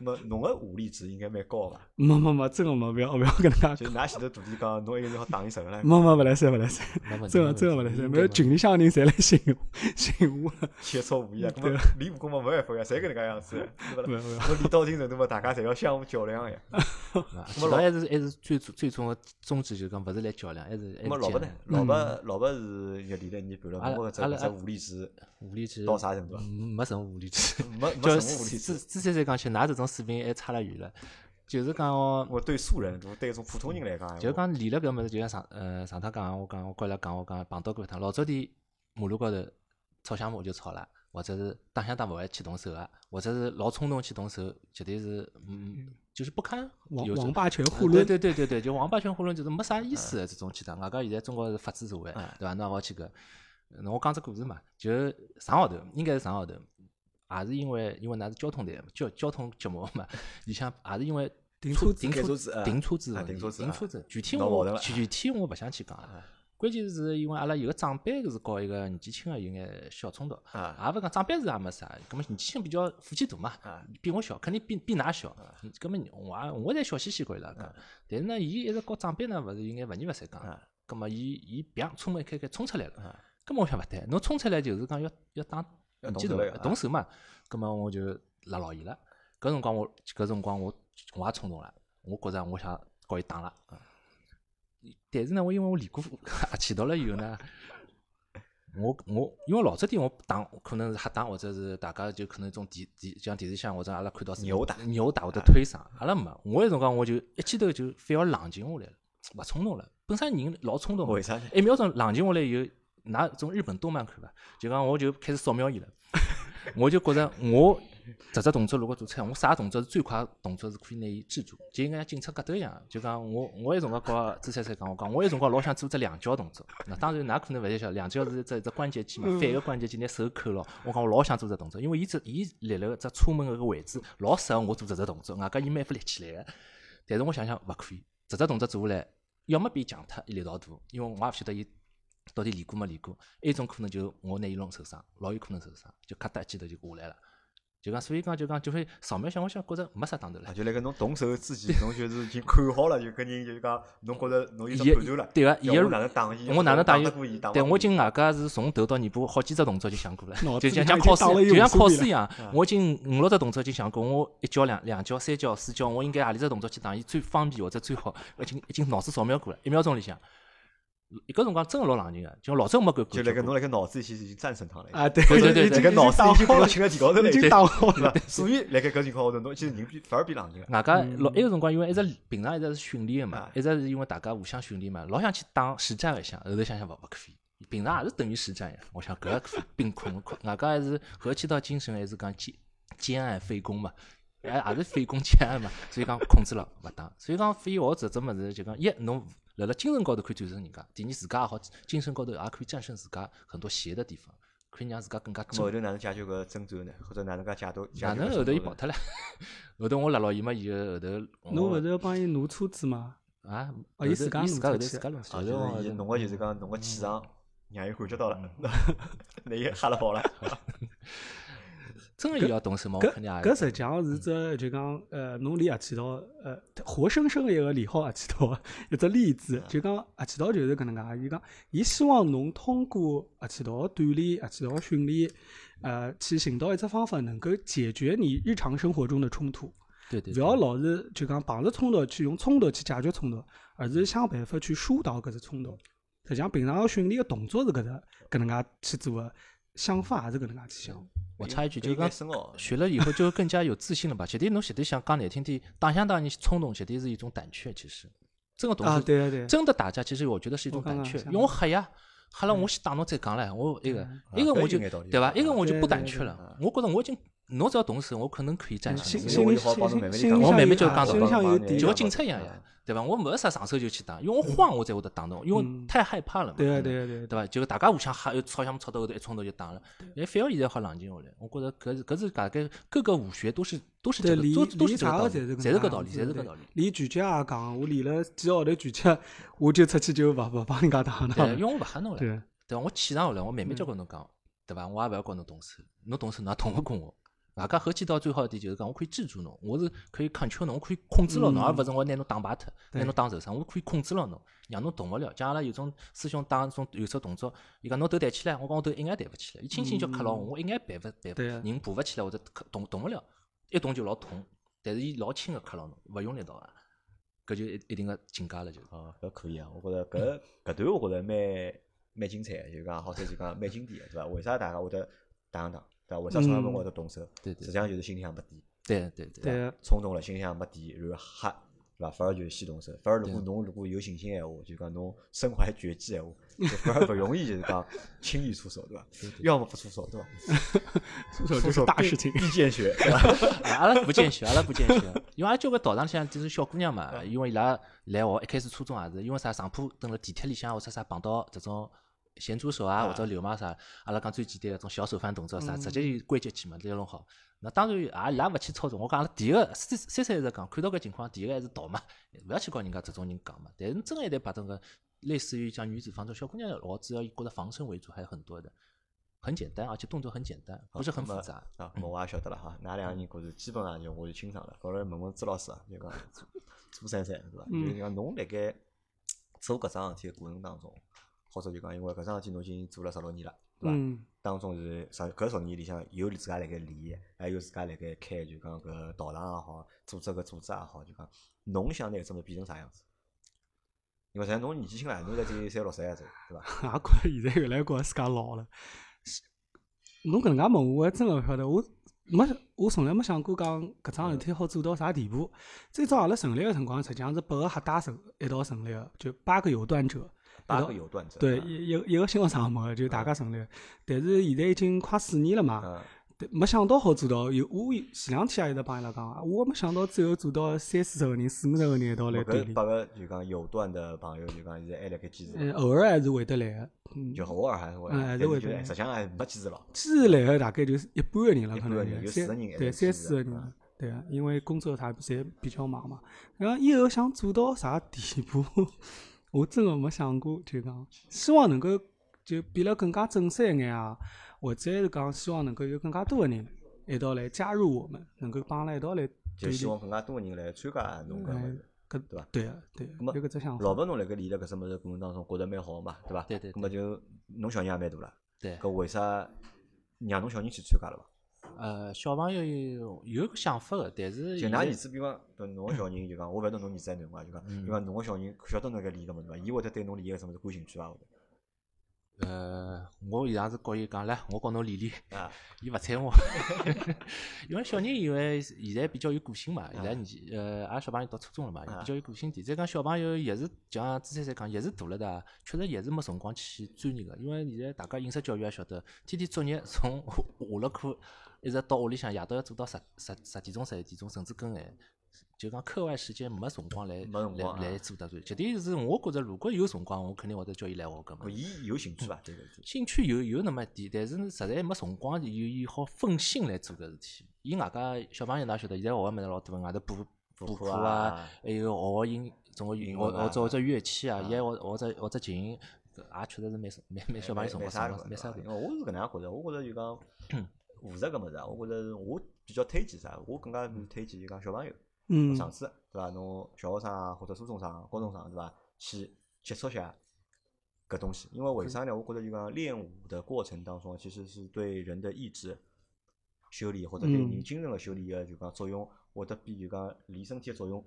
那么侬个武力值应该蛮高吧？没没没，真个没，不要不要跟他就讲。是㑚前头徒弟讲，侬一个人好打赢十个了。没没，勿来三，勿来三，没问题真个真个勿来三，应没该有没群里向的人侪来寻我，寻我了。切磋武艺啊，搿么练武功嘛没办法呀，侪搿能介样子呀，对勿没啦？有没有，我练到精程度嘛，大家侪要相互较量呀。啊其实还是还是最最终的宗旨就是讲，勿是来较量，还是还那么是老较婆量呢？？老婆老婆是要练了一年半了，嗯阿拉我搿只阿拉搿只武力值武力值到啥程度啊？嗯没什么武力值，没没就什么武力值。之之前才讲起，㑚这种水平还差了远了。就是讲哦，我对素人，我对一种普通人来讲，哎就讲练了搿物事，就像上呃上趟讲，我讲我跟伊拉讲，我讲碰到过一趟，老早点马路高头吵相骂就吵了，或者是打相打勿爱去动手个，或者是老冲动去动手，绝对是嗯，就是不堪王有王种八拳呃互抡，对对对对对，就王八拳互抡就是没啥意思的这种其他。外加现在中国是法治社会，对伐？侬也勿好去搿。那我讲只故事嘛，就上号头，应该是上号头，也是因为因为㑚是交通台交交通节目嘛，里向也是因为停车车停改车车子啊停车子啊问题停车子停啊车子，具体闹矛盾我了具具体我勿想去讲啊。关键是因为阿拉有个长辈是搞一个年纪轻个有眼小冲突，啊也勿讲长辈是也没啥，葛么年纪轻比较福气大嘛，啊比我小，肯定比比㑚小，葛么我也我侪小兮兮跟伊啊拉讲，但是呢，伊一直搞长辈呢，勿是有眼勿言勿三啊讲，葛么伊伊砰冲门开开冲出来了，葛么我想勿对，侬冲出来就是讲要要打要年动纪手大了了呀动手嘛，葛么我就拉牢伊了，搿辰光我搿辰光我我也冲动了，我觉着我想搞伊打了。但是呢，我因为我练过 气到了以后呢，我我因为老早点我打可能是瞎打，或者是大家就可能种电电像电视上或者阿拉看到视频扭打啊扭打或者推搡，阿拉没。我有辰光我就一记头就反而冷静下来了，勿冲动了。本身人老冲动嘛，啊为啥呢？一秒钟哎冷静下来以后，拿种日本动漫看伐，就讲我就开始扫描伊了。 我就觉着我这只动作如果做出来，我啥动作是最快的动作是可以拿伊制住，就应该像警察格斗一样。就讲我我有辰光告朱三三讲，我讲我有辰光老想做只两脚动作。那当然，㑚可能勿晓得，两脚是只只关节肌嘛，反个关节肌拿手扣牢。我讲我老想做只动作，因为伊只伊立了只车门个个位置，老适合我做这只动作，外加伊蛮副立起来个。但是我想想勿可以，这只动作做下来，要么被伊强脱，伊力道大，因为我也勿晓得伊到底练过没练过，还有一种可能就是我拿伊弄受伤，老有可能受伤，就咔嗒一记头就下来了。就讲，所以讲就讲，就会扫描一下，我想觉着没啥打头了啊，。就辣盖侬动手之 前，侬就是已经看好了，就跟人就是讲，侬觉着侬有只伊判断了，对啊个，伐？伊我个哪能打伊，我哪能打伊伊过伊，打？对我已经外加是从头到尾巴好几只动作就想过了脑，子 就里像向像已考经试打了，一就像无数考遍试一样，嗯我已经五六只动作就想过，我一脚、两两脚、三脚、四脚，我应该何里只动作去打伊最方便或者最好，已经已经脑子扫描过了，一秒钟里向。搿辰光真个老冷静个，就老早没搿就辣感觉盖过。侬辣盖脑子里向已经战胜他了。啊，对对对对已这经个脑子已经拨打好到了，情感提高头了，已经对打好对了伐，？所以辣盖搿情况下头，侬其实人比反而比冷静了。外加老埃个辰光，因为一直平常一直是训练个嘛啊，一直是因为大家互相训练嘛，老想去打实战个想，后头想想勿勿可以。平常也是等于实战呀，我想搿个并困，外加还是和气道精神，还是讲兼兼爱非攻嘛，也也是非攻兼爱嘛，所以讲控制了勿打，所以讲非学这只物事就讲一侬辣辣精神高头可以战胜人家，第二自家也好，精神高头也可以战胜自家很多邪的地方，可以让自家更加咁后头正。哪能解决搿争端呢？或者哪能介解决？解哪决能搿后头伊冲跑突呢脱了？ 后头我辣牢伊嘛，伊就后头侬 我勿是要帮伊挪车子嘛？啊，哦伊后头自家伊弄自出家后头去自哦家弄出啊，去，就后是头伊我侬个就是嗯讲侬个气场，让伊感觉到了， 那伊吓了跑了。真个伊要动手嘛，我搿肯定也搿实际上是只就讲呃，侬练合气道呃，活生生的一个练好合气道的一只例嗯子。 就讲合气道就是搿能介，伊讲伊希望侬通过合气道锻炼、合气道训练，呃，去寻到一只方法，能够解决你日常生活中的冲突。对对，勿对要老是就讲碰着冲突去用冲突去解决冲突，而嗯是想办法去疏导搿只冲突。实际上，平常训练个动作是搿只搿能介去做的，想法也是搿能介去想。 我插一句，搿就应该讲深奥学了以后就会更加有自信了吧？ 绝对侬绝对想讲难听点，打相打你冲动，绝对是一种胆怯，其实真个东啊，西，对啊，对啊。真的打架，其实我觉得是一种我刚胆刚怯，想嗯因为我吓呀。吓了，我先打侬再讲唻。我一个，一个搿我有就眼道理对伐？一个我就对不对胆对怯了。我觉得我已经，侬只要动手，我可能可以战胜心你。是心我里一会儿帮侬慢慢心地讲心里我向慢慢有就讲心里了向有帮底嗯你就讲跟警察一样呀，对伐？我没啥上手就去打，因为我慌，我才会得打侬，因为嗯太害怕了嘛。对啊，可能对啊，对啊对啊。对伐？就大家互相吓，又吵相吵到后头一冲头就打了。哎，反而现在好冷静下来，我觉着搿是搿是大概各个武学都是都是这对，个理都都理是这个啥道个理，侪是侪是搿道理，侪侪是�搿道理。。练拳击也讲，我练了几个号头拳击，我就出去就勿勿帮人家打了。对，因为我勿吓侬了，对，啊对伐？我气上下来，我慢慢嗯交关侬讲，对伐？我也勿要告侬动手，侬动手侬也动勿过我。外加合气道最好一点就是讲，我可以制住侬，我是可以 control 侬，我可以控制牢侬，嗯而勿是我拿侬打败脱，拿对侬打受伤，我可以控制牢侬，让侬动勿了。像阿拉有种师兄打种有只动作，伊讲侬头抬起来，我讲我头一眼抬勿起来，伊轻轻就磕牢我，我一眼抬勿抬勿，嗯对啊人爬勿起来或者磕动动勿了，一动就老痛，但是伊老轻个磕牢侬，勿用力道啊，搿就一一定个境界了，就是。啊，搿可以啊，我觉着搿搿段我觉着蛮蛮精彩的，就讲好像就讲蛮经典的，对伐？为啥大家会得打相打？对伐？为啥从来勿会得动手？对实对际上就是心里向没底，对对对对啊冲动了，心里向没底，然后吓，对伐？反而就是先动手，反而如果侬如果有信心闲话，就讲侬身怀绝技闲话，就反而勿容易就是讲轻易出手，对伐？要么不出手，对伐？这出是手大必事情。必见血，对伐？啊阿拉不见 血，阿拉不见血，因为阿拉交关道场里向就是小姑娘嘛，嗯因为伊拉来学一开始初中也是，因为啥上铺蹲辣地铁里向或者啥碰到这种咸猪手啊嗯或者流氓啥，阿拉讲最简单的这种小手翻动作啥，直接就关节去嘛，直接弄好。那当然也伊拉勿去操纵，我讲阿拉第一个三三三一直讲，看到搿情况，第一个还是逃嘛，勿要去跟人家这种人讲嘛。但是真个一旦把这个类似于像女子防守，小姑娘老只要觉得防身为主，还有很多的，很简单，而且动作很简单，不是很那复么杂。啊，咾我也晓得了哈，㑚两个人故事基本上就我就清爽了。后来问问朱老师啊，就讲朱朱三三是伐？嗯就是讲侬辣盖做搿桩事体个过程当中，或者就讲因为搿桩事体侬已经做了十六年了，对伐？嗯当中是啥？搿十六年里向有自家辣盖练，还有自家辣盖开，就讲搿道场也好，组织搿组织也好，就讲侬想拿搿只物变成啥样子？因为实际上侬年纪轻了，侬才只三六十一岁，对伐？ 也啊觉着现在越来越觉着自家老了。侬搿能介问我，还真个勿晓得。我没，我从来没想过讲搿桩事体好做到啥地步。最早阿拉成立个辰光，实际上是八个黑带成一道成立个，就八个有段者。八个有段者，对，啊一一一个新学生没个，就大家成立。但是现在已经快四年了嘛，嗯，对没想到好做到。有我有前两天也一直帮伊拉讲，啊我没想到最后做到三四十个人、四五十个人一道来我对搿立。八个就讲有段的朋友，就讲现在还辣盖坚持嗯，嘛，偶尔还是会得来个。嗯，就偶尔还会，啊嗯还但是会就哎的实际上还没坚持牢。坚持来个大概就是一半个人了，一可半个能人有三40人还是对三40四个人人啊，对啊，因为工作啥侪比较忙嘛。然后以后想做到啥地步， 我真个没想过，就讲希望能够就变了更加正式一眼啊，或者是讲希望能够有更加多个人一道来加入我们，能够帮阿拉一道来就对希立望更加多的人来参加侬搿物事。搿对吧对啊，对啊，咾么有搿只想老法。婆侬辣盖练了搿只物事过程当中，觉着蛮好嘛，对伐？对对咁么就侬小人也蛮大了，对。搿为啥让侬小人去参加了伐？呃，小朋友有有个想法个，但是就现㑚在儿子，比方对侬个小人，就讲我勿晓得侬儿子还囡嘛，就讲嗯比方侬个小人晓得侬辣盖练搿物事伐？伊会得对侬练个什么事感兴趣啊伐？会得呃，我现在是告伊讲，来，我告侬练练，啊，伊勿睬我， 因为小人因为现在比较有个性嘛，现在年纪呃，阿拉小朋友读初中了嘛，啊比较有个性点。再讲小朋友也是像之前才讲，也是大了的，确实也是没辰光去钻研个，因为现在大家应试教育也晓得，天天作业从下了课一直到屋里向，夜到要做到十十十点钟、十一点钟，甚至更晚。就讲课外时间没辰光来没辰光啊来来做得转，这点是我觉着，如果有辰光，我肯定会得叫伊来学搿咾么。伊有兴趣伐？对搿事体。兴趣有有那么一点，但是呢实在没辰光，有伊好分心来做搿事体。伊外加小朋友哪晓得，现在学个物事老多，外头补补课课啊，啊还有学音，总归英学文啊学只学只乐器啊，伊还学学只学只琴，搿也确实是蛮蛮蛮小朋 没友辰光啥辰光蛮啥啥个因。为我是搿能介觉着，我觉着就讲 务实搿物事啊，我觉着我比较推荐啥，我更加推荐就讲小朋友、嗯，上子对伐？侬小学生啊，或者初中生、高中生对伐？去接触下搿东西，因为为啥呢？我觉着就讲练武的过程当中，啊其实是对人的意志修炼或者对嗯人精神的修炼个就讲作用，会得比就讲练身体的作用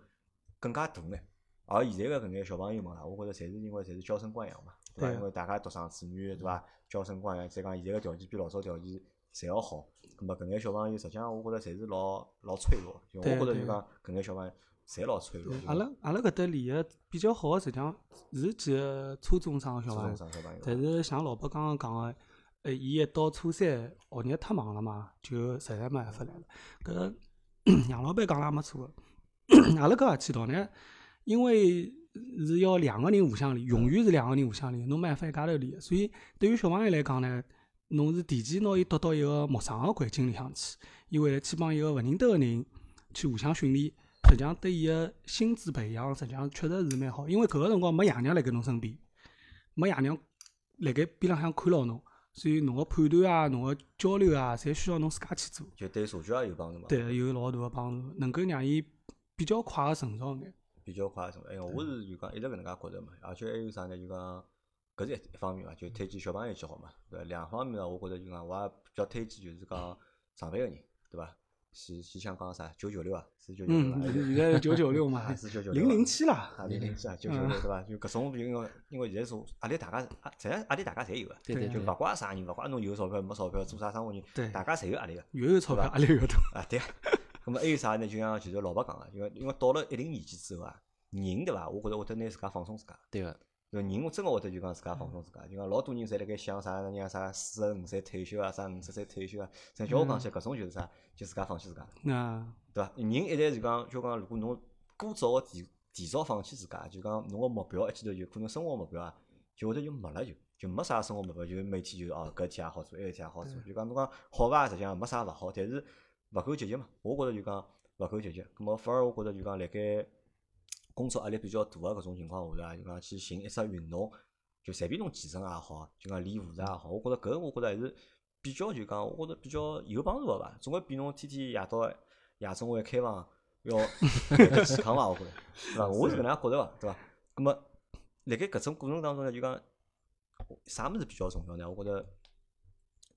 更加大眼。而现在个搿眼小朋友们啊，我觉着侪是因为侪是娇生惯养嘛，对伐？对啊因为大家独生子女，对伐？娇生惯养，再讲现在个条件比老早条件侪要好。咁么搿眼小朋友，实际上我觉着侪是老老脆弱的，就我对啊觉着对就啊讲搿眼小朋友侪老脆弱对。就阿是拉阿拉搿搭练个比较好个，实际上是几个初中生个初小朋友中。生小朋友，啊但是像老伯刚刚讲个，呃，伊一到初三学业太忙了嘛，就实在没办法来了。搿 杨老板讲了也没错个，阿拉搿气道呢，因为是要两个人互相练，永远是两个人互相练，侬没办法一家头练。所以对于小朋友来讲呢，侬是提前拿伊丢到一个陌生个环境里向去，伊会来去帮一个勿认得个人去互相训练。实际上对伊个心智培养，实际上确实是蛮好，因为搿个辰光没爷娘辣盖侬身边，没爷娘辣盖边浪向看牢侬，所以侬个判断啊、侬个交流啊，侪需要侬自家去做。就对社交也有帮助嘛，对，有老大个帮助，能够让伊比较快个成长眼。比较快什么？哎呀，我是就讲一直搿能介觉着嘛，而且还有啥呢？就讲搿是一一方面嘛，就推荐小朋友去好嘛，对伐？两方面呢，我觉着就讲我也比较推荐就是讲上班个人，对伐？先先想讲啥？九九六啊，是九九六嗯，伐？现在九九六嘛还，是九九六零啊？零七嗯啦。啊，零零七啊，九九六对伐？就搿种因为因为现在说压力大家啊，实际上压力大家侪有个，对对对就对勿，怪啥人，勿怪侬有钞票没钞票，做啥生活人，对大家侪有压力个。越有钞票对吧压力越大。啊，对啊，咁么还有啥呢？就像其实老白讲个，因为因为到了一定年纪之后啊，人对伐？我觉着会得拿自家放松自家。对个，就人我真个会得就讲自家放松自家，就讲老多人侪辣盖想啥让啥四十五岁退休啊，啥五十岁退休啊。像叫我讲起来，搿种就是啥，就自家放弃自家，啊，对伐？人一旦就讲，就讲如果侬过早个提提早放弃自家，就讲侬个目标一记头就可能生活目标啊，就会得就没了就。就没啥生活目标，就每天就哦，搿天也好做，埃天也好做。就讲侬讲好伐？实际上没啥勿好，但是勿够积极嘛。我觉着就讲勿够积极，咁么反而我觉着就讲辣盖工作压力比较大个搿种情况下头啊，就讲去寻一只运动，就随便侬健身也好，就讲练武术也好，我觉着搿我觉着还是比较就讲，我觉着比较有帮助个伐。总归比侬天天夜到夜总会开房要来得健康伐？我觉着，对伐？我是搿能介觉着伐，对伐？咁么辣盖搿种过程当中呢，就讲啥物事比较重要呢？我觉得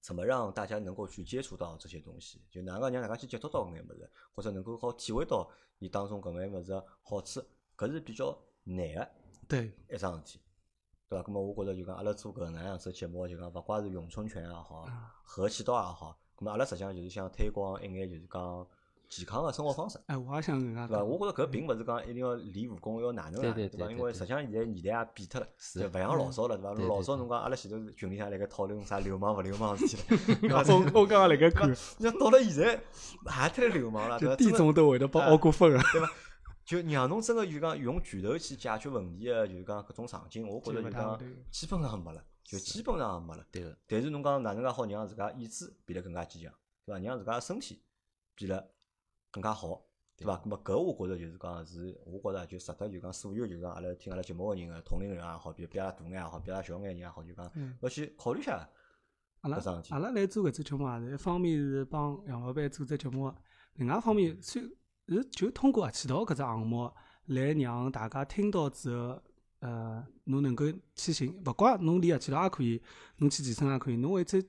怎么让大家能够去接触到这些东西，就哪能介让大家去接触到搿眼物事，或者能够好体会到伊当中搿眼物事个好处，搿是比较难个对，一桩事体，对伐？咁么我觉着就讲阿拉做搿能样子节目，就讲勿怪是咏春拳也好，啊合气道也好，咁么阿拉实际上就是想推广一眼就是讲健康个生活方式。哎，我也想搿能介对伐？讲，我觉着搿并勿是讲一定要练武功要哪能哪对能，对对伐？对因为对实际上现在年代也变脱了，是嗯就勿像老早了，对伐？对对老早对侬讲阿拉前头群里向辣盖讨论啥流氓勿流氓事体了， 对伐我 我刚刚辣盖看，那到了现在还太流氓啊了，对啊伐？就地真的总都会得被熬过 分个，就让侬真个就讲用拳头去解决问题个，就是讲搿种场景，我觉着就就勿大讲会得有基本上没了，就基本上没了。对个，但是侬讲哪能介好让自家意志变得更加坚强，对伐？让自家身体变得更加好，对伐？那么搿我觉着就是讲是，我觉着就值得就讲所有就讲阿拉听阿拉节目个人个啊同龄人也好，比如比阿拉大眼也好，比阿拉小眼人也好，就讲嗯要去考虑一下阿拉搿桩事体阿。拉来做搿只节目啊，一方面是帮杨老板做只节目，另外一方面虽是就通过合气道搿只项目来让大家听到之后，呃，侬能够去寻，勿怪侬练合气道也可以，侬去健身也可以，侬会只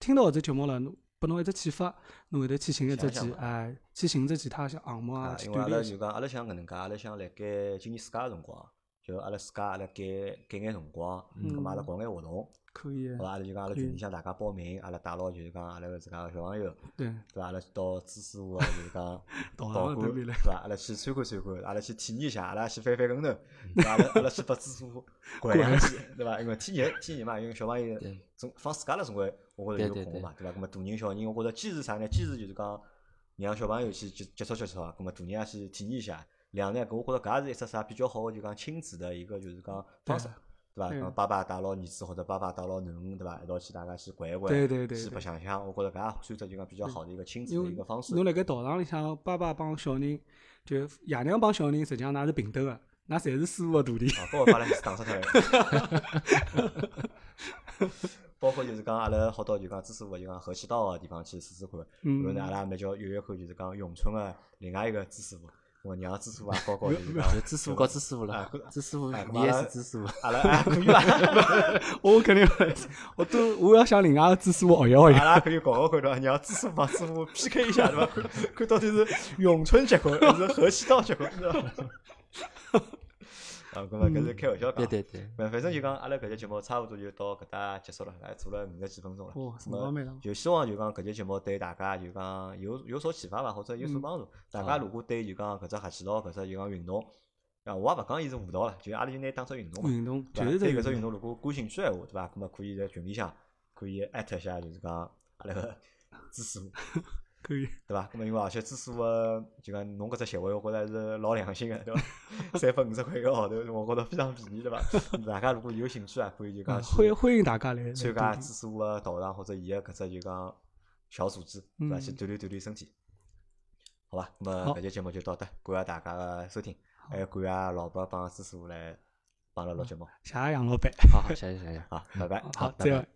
听到搿只节目了，侬拨侬一只启发，侬会得去寻一只想想其嘛哎，去寻只其他项项目啊，啊，去因为锻阿拉炼一下。就讲，阿拉想搿能介，阿拉想辣盖今年暑假个辰光，就阿拉暑假阿拉减减眼辰光，嗯咁嘛阿拉搞眼活动，可以好，伐？阿拉就讲阿拉群里向大家报名，阿拉带牢就是讲阿拉自家个小朋友，对，对伐？阿拉去到朱师傅个就是讲 导导航馆，哦对对面来伐？阿拉去参观参观，阿拉去体验一下，阿拉去翻翻跟头，对伐？阿拉阿拉去拨朱师 傅掼两记，对伐？因为天热天热嘛，因为小朋友 对总放暑假了，总归我觉着对对有空个嘛，对伐？咁么大人小人，我觉着坚持啥呢？坚持就是讲让小朋友去接接触接触，咁么大人也去体验一下。两呢，搿我觉着搿也是一只啥比较好个，就讲亲子的一个就是讲方式，对伐？对啊讲爸爸带牢儿子或者爸爸带牢囡恩，对伐？一道去大家去掼一掼，对对对去对白相相，我觉着搿也算作就讲比较好的一个亲子因的为一个方式。侬辣盖道场里向，爸爸帮小人，就爷娘帮小人，实际上㑚是平等个，㑚侪是师傅个徒弟。啊，搿我把来是打死脱了。 包括就是讲，阿拉好到就讲，支持我就讲合气道啊个地方去试试看。嗯然后呢，阿拉也蛮叫约约看，就是讲咏春个另外一个支持傅，我娘支持傅也搞搞就是讲就朱师傅搞朱师傅啊了搿，朱师傅啊搿你阿也拉是朱师傅，阿拉 阿拉可以伐？我肯定会，我都我要向另外个知识我学一学阿。拉可以搞搞看对伐？让支持帮支傅 PK 一下对伐？看 看到底是咏 春结棍还是合气道结棍对伐？ 啊，搿么搿是开玩笑讲嗯对。对对，反反正就讲，阿拉搿节节目差勿多就到搿搭结束了，还做了五十几分钟了。啊哦辰那么光蛮长就希望就讲搿节节目对大家就讲有有所启发伐，或者有所帮助。大家如果对就讲搿只合气道搿只就讲运动，啊，我也勿讲伊是舞蹈了，就阿拉就拿当成运动嘛。运动对就伐嗯是对搿这只个运运动，动如果感兴趣个闲话，对伐？葛末可以在群里向可以艾特一下，就是讲阿拉个支持我。可以。对伐？咁么因为而且支付个就讲侬搿只协会，我觉着是老良心个，对伐？三百五十块一个号头，我觉着非常便宜，对伐？大家如果有兴趣啊，可以就啊讲去欢迎欢迎大家来来参加啊锻支付个道场或者伊个搿只就讲小组织，对伐？嗯去锻炼锻炼身体，好伐？咁么好搿节节目就到这，感谢大家个收听，还有感谢老白帮支付来帮阿拉录节目，啊谢谢杨老板。好好，谢谢谢谢。好，拜拜。嗯好，拜再拜会。